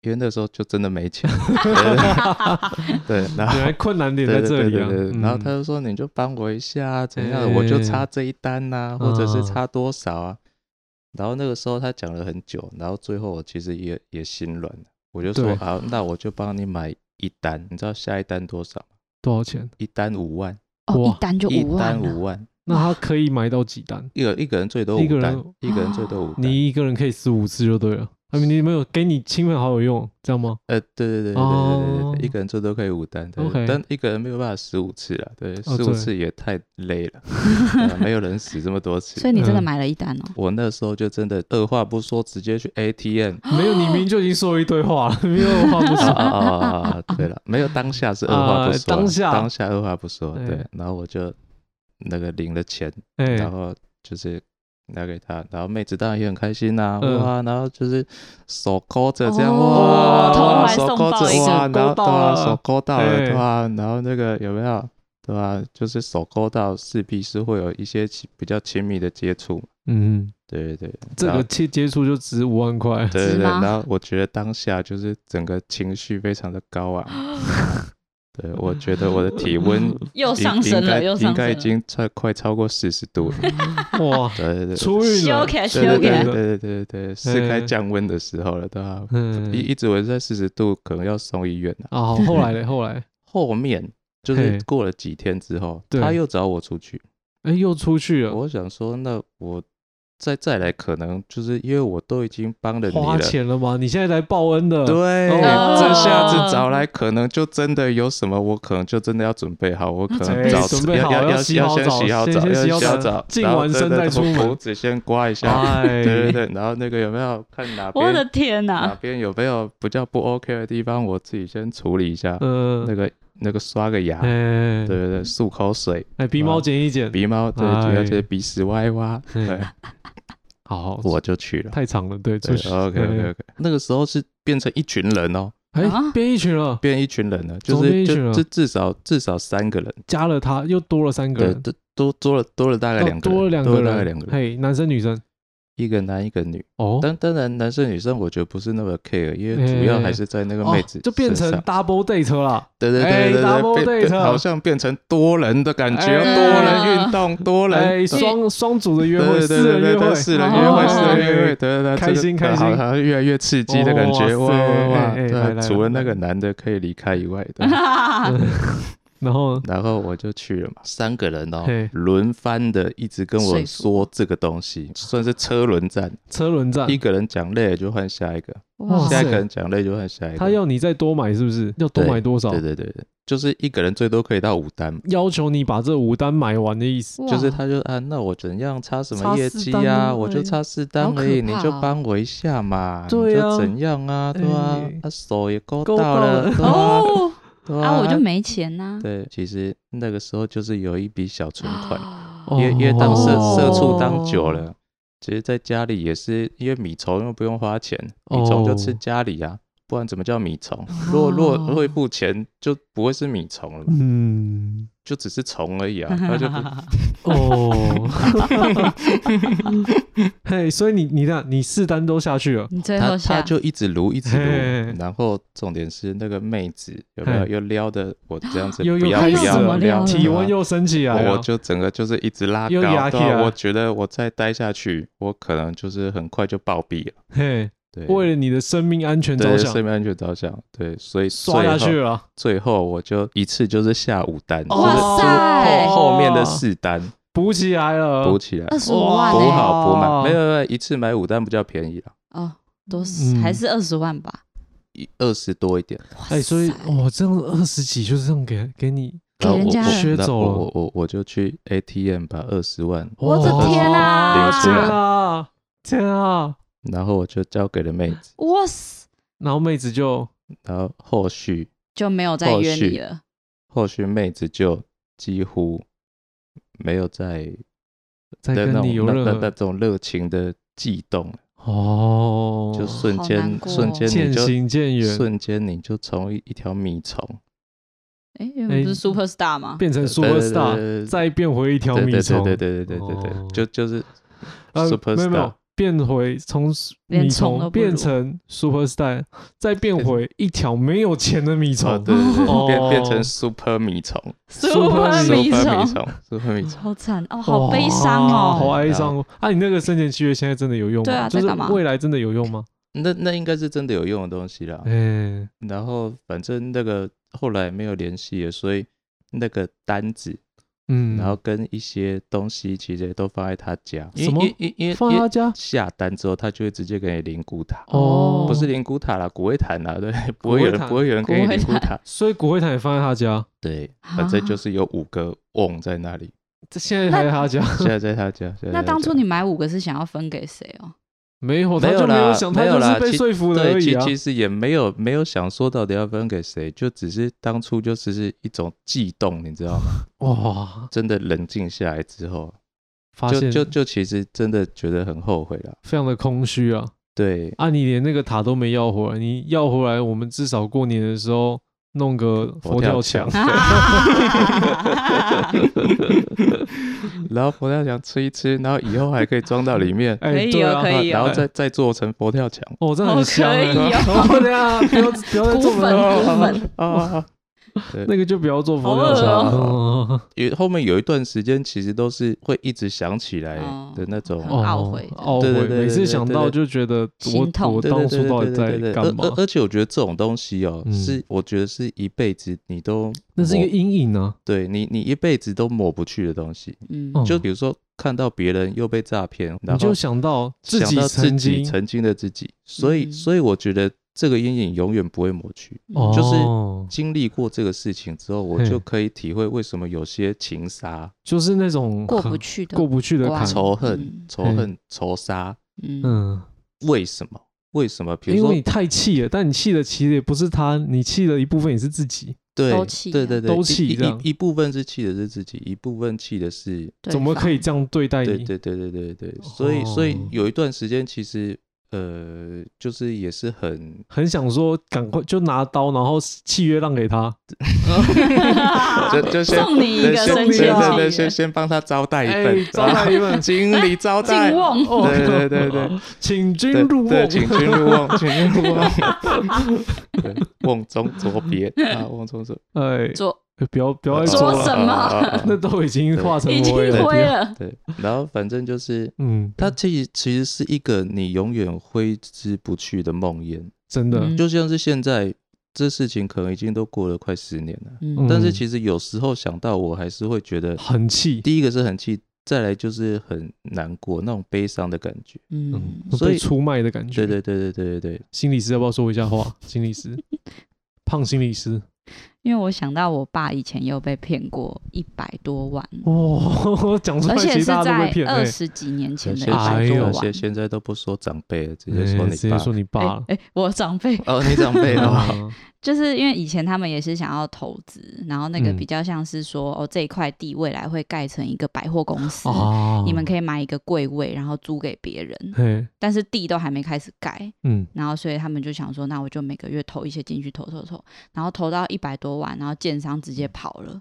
C: 因为那时候就真的没钱，对
B: (laughs)
C: 对对，然后
B: 原来困难点
C: 对对
B: 在这
C: 对
B: 里
C: 对
B: 啊。
C: 对，
B: 嗯
C: 然后他就说你就帮我一下啊，怎样
B: 哎嗯
C: 的，我就差这一单呐，或者是差多少啊。然后那个时候他讲了很久，然后最后我其实也也心软了，我就
B: 对
C: 说好，那我就帮你买一单，你知道下一单多少吗？
B: 多少钱？
C: 一单五万，
A: 哦，
B: 哇
A: 一单就
C: 一
A: 五
C: 单
A: 万
C: 五
A: 了，
C: 万，
B: 那他可以买到几单？
C: 一个一个人最多
B: 一个
C: 五
B: 人啊
C: 单，一个人最多五单。
B: 你一个人可以撕五次就对了。他们你没有给你亲朋好友用，这样吗？
C: 呃，对对对对对对
B: 哦
C: 对，一个人最多可以五单，对
B: OK
C: 但一个人没有办法十五次了，对，
B: 哦
C: 十
B: 对
C: 五次也太累
B: (laughs)
C: 了，对啊没有人死这么多次
A: 所。以你真的
B: 嗯
A: 买了一单哦。
C: 我那时候就真的二话不说，直接去 ATM
B: 没有，你明明就已经说一堆话了， (laughs) 没有话不
C: 啊
B: 说。
C: 啊啊啊啊！对了，没有当下是二话不说，
B: 啊当下
C: 当下二话不说，
B: 哎
C: 对，然后我就那个领了钱，
B: 哎、
C: 然后就是拿给他，然后妹子当然也很开心呐、
B: 嗯
C: 哇，然后就是手勾着这样，
A: 哦
C: 哇，
A: 投
C: 哇
A: 怀
C: 手
A: 送
C: 勾
A: 抱一个
C: 着哇，然
B: 勾
C: 后
B: 到
C: 对啊，
B: 了
C: 手勾到了
B: 哎
C: 对吧？然后那个有没有对吧？就是手勾到势必是会有一些亲比较亲密的接触，
B: 嗯，
C: 对对对，
B: 这
C: 然
B: 个
C: 后
B: 接接触就值五万块。
C: 对对
A: 值
C: 对，
A: 吗
C: 然后我觉得当下就是整个情绪非常的高昂，
A: (laughs)
C: 对我觉得我的体温
A: 又
C: 应
A: 哦上升
C: 嗯应该
A: 了，又
C: 应
A: 上
C: 该已
A: 升了。
C: 经超快超过四十度了，
B: 哇，
C: 对 (laughs) 对对，
B: 出运
A: 修
B: 了。
A: 改修
C: 对对
A: 改
C: 对，对对对对，是该
B: 嗯
C: 降温的时候了，对吧？
B: 嗯
C: 一一直围在四十度，可能要送医院了。
B: 啊，
C: (laughs)
B: 好后来嘞，后来，
C: 后面就
B: 嘿
C: 是过了几天之后，
B: 对
C: 他又找我出去，
B: 哎、又出去了，
C: 我想说，那我再再来，可能就是因为我都已经帮了你
B: 花
C: 了，
B: 钱了吗？你现在来报恩的，
C: 对，
B: 哦
C: 这下子找来可能就真的有什么，我可能就真的要准备好，我可
B: 哎
C: 能早
B: 准备好
C: 要要
B: 要
C: 要
B: 洗好
C: 先
B: 澡
C: 洗好
B: 先
C: 澡，
B: 先洗好
C: 要洗好
B: 澡
C: 澡，
B: 净
C: 然后
B: 完身
C: 真的
B: 再出门
C: 胡子先刮一下，
B: 哎，
C: 对对
B: (laughs)
C: 对，然后那个有没有看哪
A: 我的
C: 边
A: 天
C: 哪
A: 哪！
C: 边有没有比较不 OK 的地方，我自己先处理一下，
B: 嗯
C: 那，个那个刷个牙，对
B: 哎，
C: 对对，漱口水，
B: 哎，鼻毛剪一剪，
C: 鼻毛对，
B: 哎
C: 而且鼻屎挖一挖，对，
B: 好好，
C: 我就去了。
B: 太长了，对，
C: 对
B: 出去
C: ，OK OK OK，那个时候是变成一群人哦，
B: 哎
A: 啊，
B: 变一群了，
C: 变一群人了，就
B: 怎么变一
C: 是
B: 群人啊
C: 就至至少至少三个人，
B: 加了他又多了三个
C: 对，
B: 人，
C: 都都多了多了大概两
B: 哦
C: 个人，
B: 多了两
C: 多
B: 个
C: 了大概
B: 人，
C: 两个人，
B: 嘿，男生女生，
C: 一个男一个女。
B: 哦，
C: 但当然男生女生我觉得不是那么 care，因为主要还是在那个妹子
B: 哦就变
C: 身
B: 成
C: 上
B: double date 啦，
C: 对对
B: 哎
C: 对对
B: ，double
C: 对变
B: date 啊
C: 变，好像变成多人的感觉，
B: 哎
C: 多人运动，多人
B: 哎，。双双组的约
C: 对
B: 会，
C: 对对
B: 四人
C: 对对，
B: 约会，
C: 四人
A: 哦
C: 约会，
A: 哦
C: 四
A: 哦
C: 人约会，对对对，
B: 开心
C: 这个
B: 开心
C: 好像越来越刺激的感觉，
B: 哦哇
C: 哇哇
B: 塞哎
C: 哇！
B: 哎
C: 对
B: 来
C: 啊，
B: 来
C: 除了那
B: 来
C: 个男的可以离开以外，对，
A: (laughs) 啊
B: (laughs) 然后
C: 然后我就去了嘛，三个人哦
B: 嘿，
C: 轮番的一直跟
A: 说
C: 我
A: 服
C: 说这个东西，算是车轮
B: (laughs)
C: 战，
B: 车轮战
C: 一，个人讲累了就换下一个，
B: 嗯哇
C: 下
B: 塞
C: 一个人讲累就换下一个。
B: 他要你再多买是不是？要多
C: 对
B: 买多少
C: 对？对对对，就是一个人最多可以到五单，
B: 要求你把这五单买完的意思，
C: 就是他就啊，那我怎样差什
B: 差
C: 么
B: 四
C: 业绩
B: 单
C: 啊？
B: 啊
C: 我就
B: 哎
C: 差四单
A: 哦好可
C: 而已，
A: 怕
C: 你就
A: 哦
C: 帮我一下嘛，
B: 对
C: 你
B: 啊
C: 就怎样啊？对啊
B: 哎，
C: 啊手也勾
B: 勾
C: 到
B: 到
C: 了，
B: 了
C: 对啊，
A: 哦，
C: 对
A: 啊，我就。没钱呐。啊
C: 对，啊其实那个时候就是有一笔小存
A: (gasps)
C: 款，因
B: 哦
C: 为因为当社社畜当久
A: 哦
C: 了，其实在家里也是因为米虫又不用花钱，米虫就吃
B: 哦
C: 家里啊，不然怎么叫米虫？如果如果
A: 哦
C: 如果不钱，就不会是米虫了嘛。
B: 嗯，
C: 就只是虫而已
B: (laughs)
C: 啊，他就不
B: 哦， (laughs) 嘿，所以你你那你四单都下去了，
A: 你最
C: 他
A: 后
C: 他
A: 下
C: 就一直撸一直
B: 嘿
C: 撸，然后重点是那个妹子有没有
B: 嘿
C: 又撩的我这样子
B: 又
C: 不
B: 又
C: 要
B: 开
C: 不
B: 始
C: 要
A: 了
C: 撩
A: 嗯
B: 体温又升起来
C: 哦我我
B: 了，
C: 就整个就是一直拉
B: 又压
C: 高，对啊
B: 起来
C: 我觉得我再待下去，我可能就是很快就暴毙了。
B: 嘿，
C: 对，
B: 为了你的生命安全着
C: 对
B: 想，
C: 生命安全着想，对，所以最
B: 刷下去
C: 后
B: 了，
C: 最后我就一次就是下五单，
B: 哦
C: 就是
A: 哇
C: 就是
A: 塞
C: 后后面的四单
B: 补起来了
C: 补，起来，
A: 二十五
B: 哇
A: 万
C: 补
A: 呢、
C: 好补满，
B: 哦
C: 没有没有，一次买五单比较便宜了，
A: 哦，多
B: 嗯
A: 还是二十万吧？
C: 一二十多一点。
A: 哇
B: 哎，所以
A: 塞
B: 我这样二十几就是这样给给你，
A: 给
C: 然后
A: 人
C: 我
A: 家
C: 我
A: 了
B: 削
C: 然后
B: 走了
C: 我我我就去 ATM 把二十万，
A: 我的
B: 哇
A: 天啊
C: 领出
B: 天
C: 来
B: 啊，天啊！
C: 然后我就交给了妹子，
A: 哇塞，
B: 然后妹子就
C: 然后后续
A: 就没有再
C: 后
A: 约
C: 续
A: 你了。
C: 后续妹子就几乎没有在
B: 再
C: 的
B: 跟
C: 那
B: 你
C: 种
B: 有
C: 那
B: 任
C: 那那
B: 何
C: 种热情的悸动，
B: 哦，
C: 就瞬
A: 好
C: 间
A: 难过
C: 瞬间
B: 渐
C: 你就
B: 行渐远，
C: 瞬间你就从一一条米虫
A: 哎，原本不是 Super Star 吗？
B: 变成
C: 对
B: super star，
C: 对对
B: 再变回一条
C: 对
B: 米
C: 对
B: 虫，
C: 对对对对对对，
B: 哦
C: 就就是
B: 呃
C: super
B: 没有没有
C: star，
B: 变回从 s-
A: 连
B: 米
A: 虫
B: 虫
A: 都不
B: 变
A: 如
B: 成 super star，再变回一条没有钱的米
C: 哦
B: 虫，
C: 对对
B: 哦
C: 对，变变成 super 米虫
B: Super
A: 米
C: ，super 米
A: 虫
C: 虫，super 米虫。
A: 好惨哦，
B: 哇
A: 好悲伤
B: 好
A: 哦。
B: 哀伤哦。啊，你那个生前契约现在真的有用吗？
A: 对啊
B: 就
A: 在
B: 是
A: 干嘛
B: 未来真的有用吗？
C: 那那应该是真的有用的东西啦。
B: 哎，
C: 然后反正那个后来没有联系了，所以那个单子，
B: 嗯，
C: 然后跟一些东西其实也都放在他家。
B: 什么
C: 因因因因
B: 放
C: 因
B: 他
C: 为
B: 家
C: 下单之后，他就会直接给你灵骨塔。
B: 哦，
C: 不是，灵骨塔啦，骨灰坛啦，对，不
B: 灰
C: 会有人
B: 坛
C: 不会有人给你
A: 骨灰
C: 灵骨
A: 坛
C: 塔，
B: 所以骨灰坛也放在他家，
C: 对，
A: 啊
C: 反正就是有五个瓮在那里，
B: 这现在还在他家，
C: 现在在他家。现在
A: 那
C: 在
A: 当
C: 他
A: 初
C: 家
A: 你买五个是想要分给谁哦？
B: (laughs) 没有，
C: 没
B: 他
C: 有
B: 就没有
C: 啦
B: 想，他
C: 没有
B: 就
C: 啦
B: 是被
C: 其
B: 说服了而
C: 对，
B: 已
C: 其
B: 啊。
C: 其实也没有没有想说到底要分给谁，就只是当初就是是一种悸动，你知道吗？
B: 哇，
C: 真的冷静下来之后，
B: 发
C: 就
B: 现
C: 就就其实真的觉得很后悔了。
B: 非常的空虚啊。
C: 对，
B: 啊，你连那个塔都没要回来，你要回来，我们至少过年的时候弄个佛跳墙，
C: 佛跳。
A: 啊嗯
C: 然后佛跳墙吃一吃，然后以后还可以装到里面
B: (laughs) 哎、
A: 可以
B: 对啊，
A: 哦 (laughs) 可以
C: 然
A: 哎
C: 后然后再再做成佛
A: (laughs)
C: 跳墙。
B: 哦，这很香、欸。
A: 好可以哦
B: (laughs) 哦，对啊，不要不要再做
A: 骨粉
B: 了，
A: 骨粉，
C: 啊啊！啊对
B: 那个就不要做佛跳墙
A: 好
C: 饿
B: 哦。
C: 有后面有一段时间，其实都是会一直想起来
A: 哦
C: 的那种
A: 很
B: 哦，
A: 懊悔
B: 懊
C: 对对
B: 悔，
C: 对对
B: 每次想到就觉得
A: 心
B: 我
A: 痛
B: 我
C: 对
B: 当
C: 对对
B: 初到底
C: 对对
B: 在
C: 对对，
B: 干
C: 而
B: 嘛？
C: 而而且我觉得这种东西哦，
B: 嗯
C: 是我觉得是一辈子你都
B: 那是一个
C: 抹
B: 阴影啊。
C: 对你你一辈子都抹不去的东西。
A: 嗯，
B: 哦
C: 就比如说看到别人又被诈骗，
B: 你
C: 然
B: 就
C: 后
B: 想到自
C: 想
B: 己
C: 到自
B: 曾
C: 己
B: 经
C: 曾经的自己，所以
A: 嗯
C: 所以我觉得这个阴影永远不会抹去。
B: 哦，
C: 就是经历过这个事情之后，我
B: 嘿
C: 就可以体会为什么有些情杀、
B: 就是那种
A: 过
B: 很
A: 不去的
B: 过不去的
A: 关
B: 坎。
C: 仇恨
A: 嗯、
C: 仇
B: 嘿
C: 恨、仇杀，
A: 嗯，
B: 嗯，
C: 为什么？为什么？比如
B: 因
C: 说
B: 为你太气了，但你气的其实也不是他，你气的一部分也是自己。
C: 对
A: 都气
C: 对
A: 啊
C: 对对，
B: 都
C: 一
B: 气
C: 一
B: 这样
C: 一一部分是气的是自己，一部分气的是，
A: 对
B: 怎么
A: 方
B: 可以这样对待
C: 对
B: 你？
C: 对对对对对，所以所以
B: 哦
C: 有一段时间其实呃，就是也是很
B: 很想说赶快就拿刀，然后契约让给他。
C: 就就先
A: 啊送你一
C: 对
A: 个
C: 先
A: 生气
C: 对对
A: 的契
C: 对，
A: 约
C: 先先帮他招待一
B: 哎
C: 份，
B: 招待一
C: (laughs)
B: 份
C: 经理招待
A: 进，瓮，
B: 哦
C: 对对对对，
B: 请君
C: 对
B: 入
C: 对，
B: 瓮。
C: 请君入
B: (laughs)
C: 瓮，请君入瓮，对，瓮中捉鳖啊，瓮中捉，
B: 哎，
A: 做
B: 不要不要再
A: 捉
B: 做
A: 捉什
B: 了，
A: 么
C: 啊啊啊啊
B: (laughs) 那都已经化成
A: 已经
B: 灰了。
A: 灰了，
C: 对，然后反正就是。
B: 嗯，
C: 它其实其实是一个你永远挥之不去的梦魇，
B: 真的，
A: 嗯
C: 就像是现在这事情可能已经都过了快十年了，
A: 嗯
C: 但是
B: 嗯
C: 其实有时候想到我还是会觉得，
B: 很气，
C: 第一个是很气，再来就是很难过那种悲伤的感觉。
B: 嗯
A: 嗯，，
C: 所以
B: 被出卖的感觉。
C: 对，对对对对对对，
B: 心理师要不要说一下话？心理
C: (laughs)
B: 师，胖心理师，
A: 因为我想到我爸以前有被骗过一百多万，
B: 哇， (laughs) 讲出来
A: 而
B: 哦其
A: 且
B: 实
A: 是
B: 大家都被
A: 在
B: 骗。
A: 二
B: 哎
A: 十几年前的一
C: 有些
B: 哎
A: 百
B: 呦
A: 多
C: 有
A: 万
C: 些。现在都不说长辈了，直接说
B: 哎
C: 你
B: 直接
C: 爸。
B: 说你爸了。
A: 哎，我长辈
C: 哦，你长
B: (laughs)
C: 辈了，
B: 啊
A: 就是因为以前他们也是想要投资，然后那个
B: 嗯
A: 比较像是说，哦，这一块地未来会盖成一个百货公司，
B: 哦，
A: 你们可以买一个柜位，然后租给别人，
B: 嘿，
A: 但是地都还没开始盖，
B: 嗯，
A: 然后所以他们就想说，那我就每个月投一些进去，投投投，然后投到一百多万，然后建商直接跑了，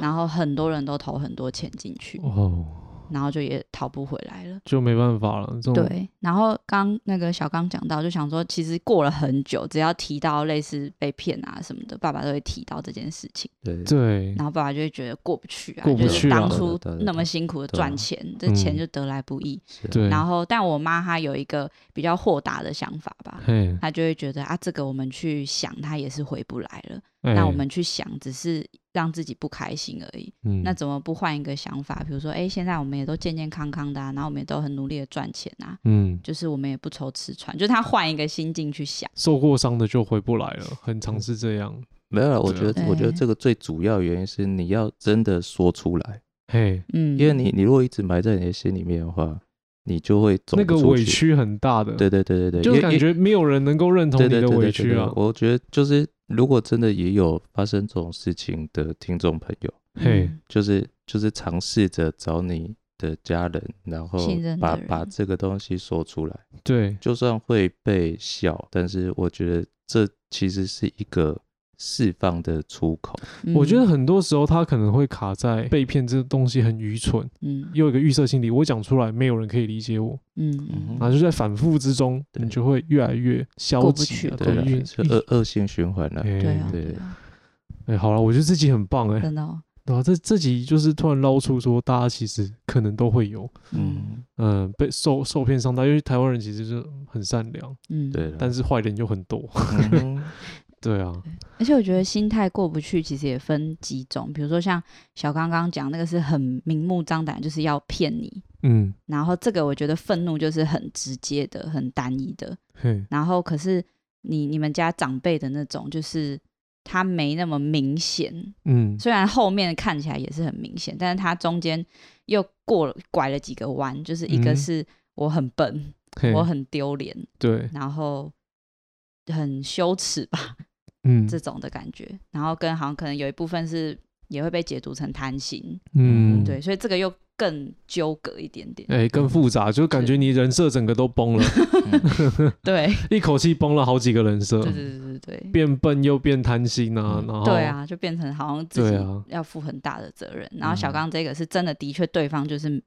A: 然后很多人都投很多钱进去，
B: 哦，
A: 然后就也讨不回来了。
B: 就没办法了。这种
A: 对，然后刚那个小刚讲到，就想说，其实过了很久，只要提到类似被骗啊什么的，爸爸都会提到这件事情，
C: 对
B: 对
A: 然后爸爸就会觉得过不去啊，
B: 嗯过不
A: 就是
B: 去啊
A: 当初
C: 对对对
A: 那么辛苦的
C: 对
A: 赚钱，这
B: 嗯
A: 钱就得来不易。
C: 是啊
B: 对，
A: 然后，但我妈她有一个比较豁达的想法吧，
B: 嘿，
A: 她就会觉得啊，这个我们去想，她也是回不来了。
B: 哎
A: 那我们去想，只是让自己不开心而已。
B: 嗯
A: 那怎么不换一个想法？比如说，哎，现在我们也都健健康康的、啊，然后我们也都很努力的赚钱啊，
B: 嗯
A: 就是我们也不愁吃穿，就是他换一个心境去想。
B: 受过伤的就回不来了，很常是这样。
C: 没有啦，我
B: 对啊
C: 觉得我觉得
A: 对
C: 这个最主要原因是你要真的说出来，
B: 嘿，
A: 嗯，
C: 因为你你如果一直埋在你的心里面的话，你就会走
B: 那
C: 不
B: 个
C: 出
B: 委
C: 去。
B: 屈很大的，，
C: 对对对对对，因
B: 就
C: 为
B: 感觉没有人能够认同
C: 对
B: 你
C: 对
B: 的
C: 对对
B: 委
C: 对
B: 屈啊
C: 对。我觉得就是如果真的也有发生这种事情的听众朋友，
B: 嘿
A: 嗯
C: 就是就是尝试着找你的家人，然后
A: 信任的
C: 把
A: 人
C: 把这个东西说出来，
B: 对，
C: 就算会被笑，但是我觉得这其实是一个释放的出口。
B: 我觉得
A: 嗯
B: 很多时候他可能会卡在被骗这东西很愚蠢，
A: 嗯
B: 又有一个预设心理，我讲出来没有人可以理解我，
A: 嗯嗯
B: 然后就在反复之中，
C: 对
B: 你就会越来越消
A: 过不
B: 极
A: 去
B: 啊，
A: 了
C: 对
B: 越
C: 啦，是
A: 呃
C: 恶恶性循环了。
A: 对
B: 哎
A: 啊，
C: 对
A: 对啊，
B: 哎，好了，我觉得自己很棒哎，
A: 真的哦，
B: 然后这这集就是突然捞出说，大家其实可能都会有，
A: 嗯
C: 嗯，
B: 嗯、被受受骗伤害，因为台湾人其实就是很善良，
A: 嗯，
C: 对啦。
B: 但是坏人又
A: (laughs)
B: 很多，
C: 嗯
B: 对啊，
A: 而且我觉得心态过不去，其实也分几种，比如说像小刚刚讲那个是很明目张胆，就是要骗你。
B: 嗯，
A: 然后这个我觉得愤怒就是很直接的、很单一的。
B: 嘿，
A: 然后可是你你们家长辈的那种，就是他没那么明显，
B: 嗯，
A: 虽然后面看起来也是很明显，但是他中间又过了拐了几个弯，就是一个
B: 嗯
A: 是我很笨，
B: 嘿
A: 我很丢脸，
B: 对，
A: 然后很羞耻吧、(laughs)
B: 嗯
A: 这种的感觉，然后跟好像可能有一部分是也会被解读成贪心，
B: 嗯，
A: 对，嗯所以这个又更纠葛一点点，
B: 哎，更复杂，就感觉你人设整个都崩
A: (laughs)
B: 了，
A: 对，
B: 一口气崩了好几个人设
A: 对，对对对对。
B: 变笨又变贪心啊，
C: 嗯
B: 然后
A: 对，啊，就变成好像自
B: 对
A: 己
B: 啊
A: 要负很大的责任。然后小
B: 嗯
A: 刚这个是真的，的确对方就是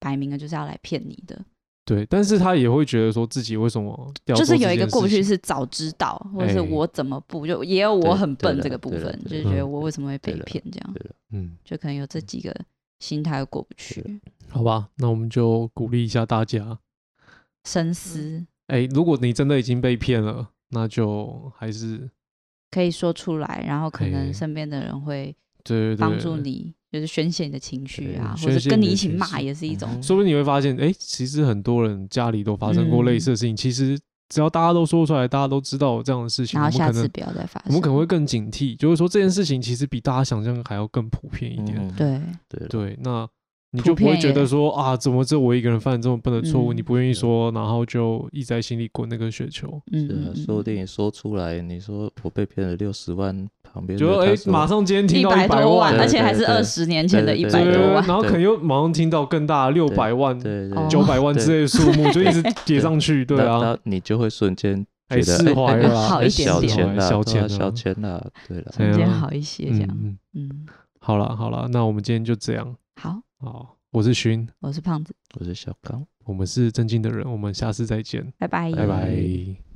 A: 摆明了就是要来骗你的，
B: 对，但是他也会觉得说自己为什么要
A: 就
B: 做
A: 是有
B: 这
A: 一个
B: 件
A: 过不
B: 事
A: 去
B: 情，
A: 是早知道，或者是
B: 哎
A: 我怎么不就也有我
C: 对
A: 很笨
C: 对
A: 这
C: 啦
A: 个部
C: 对啦
A: 分，就
C: 对
A: 是
B: 啦
A: 觉得我为什么会被
C: 对啦
A: 骗这样，
C: 对啦
B: 嗯，
A: 就可能有这几个心态过不去，
B: 好吧，那我们就鼓励一下大家，
A: 深思
B: 哎，如果你真的已经被骗了，那就还是
A: 可以说出来，然后可
B: 哎
A: 能身边的人会
B: 对对对，
A: 帮助你，就是宣泄你的情绪啊，
B: 对
A: 或
B: 宣
A: 者
B: 泄
A: 跟
B: 你
A: 你
B: 的
A: 一起
B: 情
A: 骂
B: 绪
A: 也是一种，
B: 说不定你会发现，哎、其实很多人家里都发生过
A: 嗯
B: 类似的事情。其实只要大家都说出来，大家都知道有这样的事情，
A: 然
B: 我
A: 后下
B: 们可
A: 次
B: 能
A: 不要再发
B: 我们
A: 生
B: 可。能会更警惕，就是说这件事情其实比大家想象还要更普遍 (laughs) 一点。
C: 嗯
A: 对，
C: 对啦
B: 对，那你
A: 普
B: 就不会
A: 遍
B: 觉
A: 耶
B: 得说啊，怎么这我一个人犯了这么笨的错误，
A: 嗯
B: 你不愿意说，然后就一直在心里滚那个雪球，
A: 嗯，
C: 是啊
A: 嗯，嗯
C: 说不定你说出来，你说我被骗了六十万，旁边
B: 就
C: 的
B: 哎、
C: 他
B: 诶
C: 说
B: 马上今天
A: 一
B: 听到
A: 百
B: 百
A: 多万，
C: 对
A: 而且还是
C: 对对
A: 二十年前的一
C: 对
A: 百
C: 对
A: 多
B: 对，
A: 万。
B: 然后可能又马上听到更大六百万、
C: 对
A: 哦
C: 对
B: 九百万之类的数目，就一直叠上去，对
C: 那
B: 啊，
C: 那你就会瞬间
B: 哎
C: 觉得
B: 释怀
C: 哎哎
B: 了啊
A: 好
C: 哎
A: 一点
C: 小
A: 点
C: 钱啦，
B: 小
C: 对啊
B: 钱啊
C: 小钱啦，对啦，
B: 对啊
A: 瞬间好一些这样。
B: 嗯
A: 嗯，
B: 好了好了，那我们今天就这样。
A: 好，
B: 好，我是勋，
A: 我是胖子，
C: 我是小刚。
B: 我们是正经的人，我们下次再见，
A: 拜拜，
B: 拜
C: 拜
B: 拜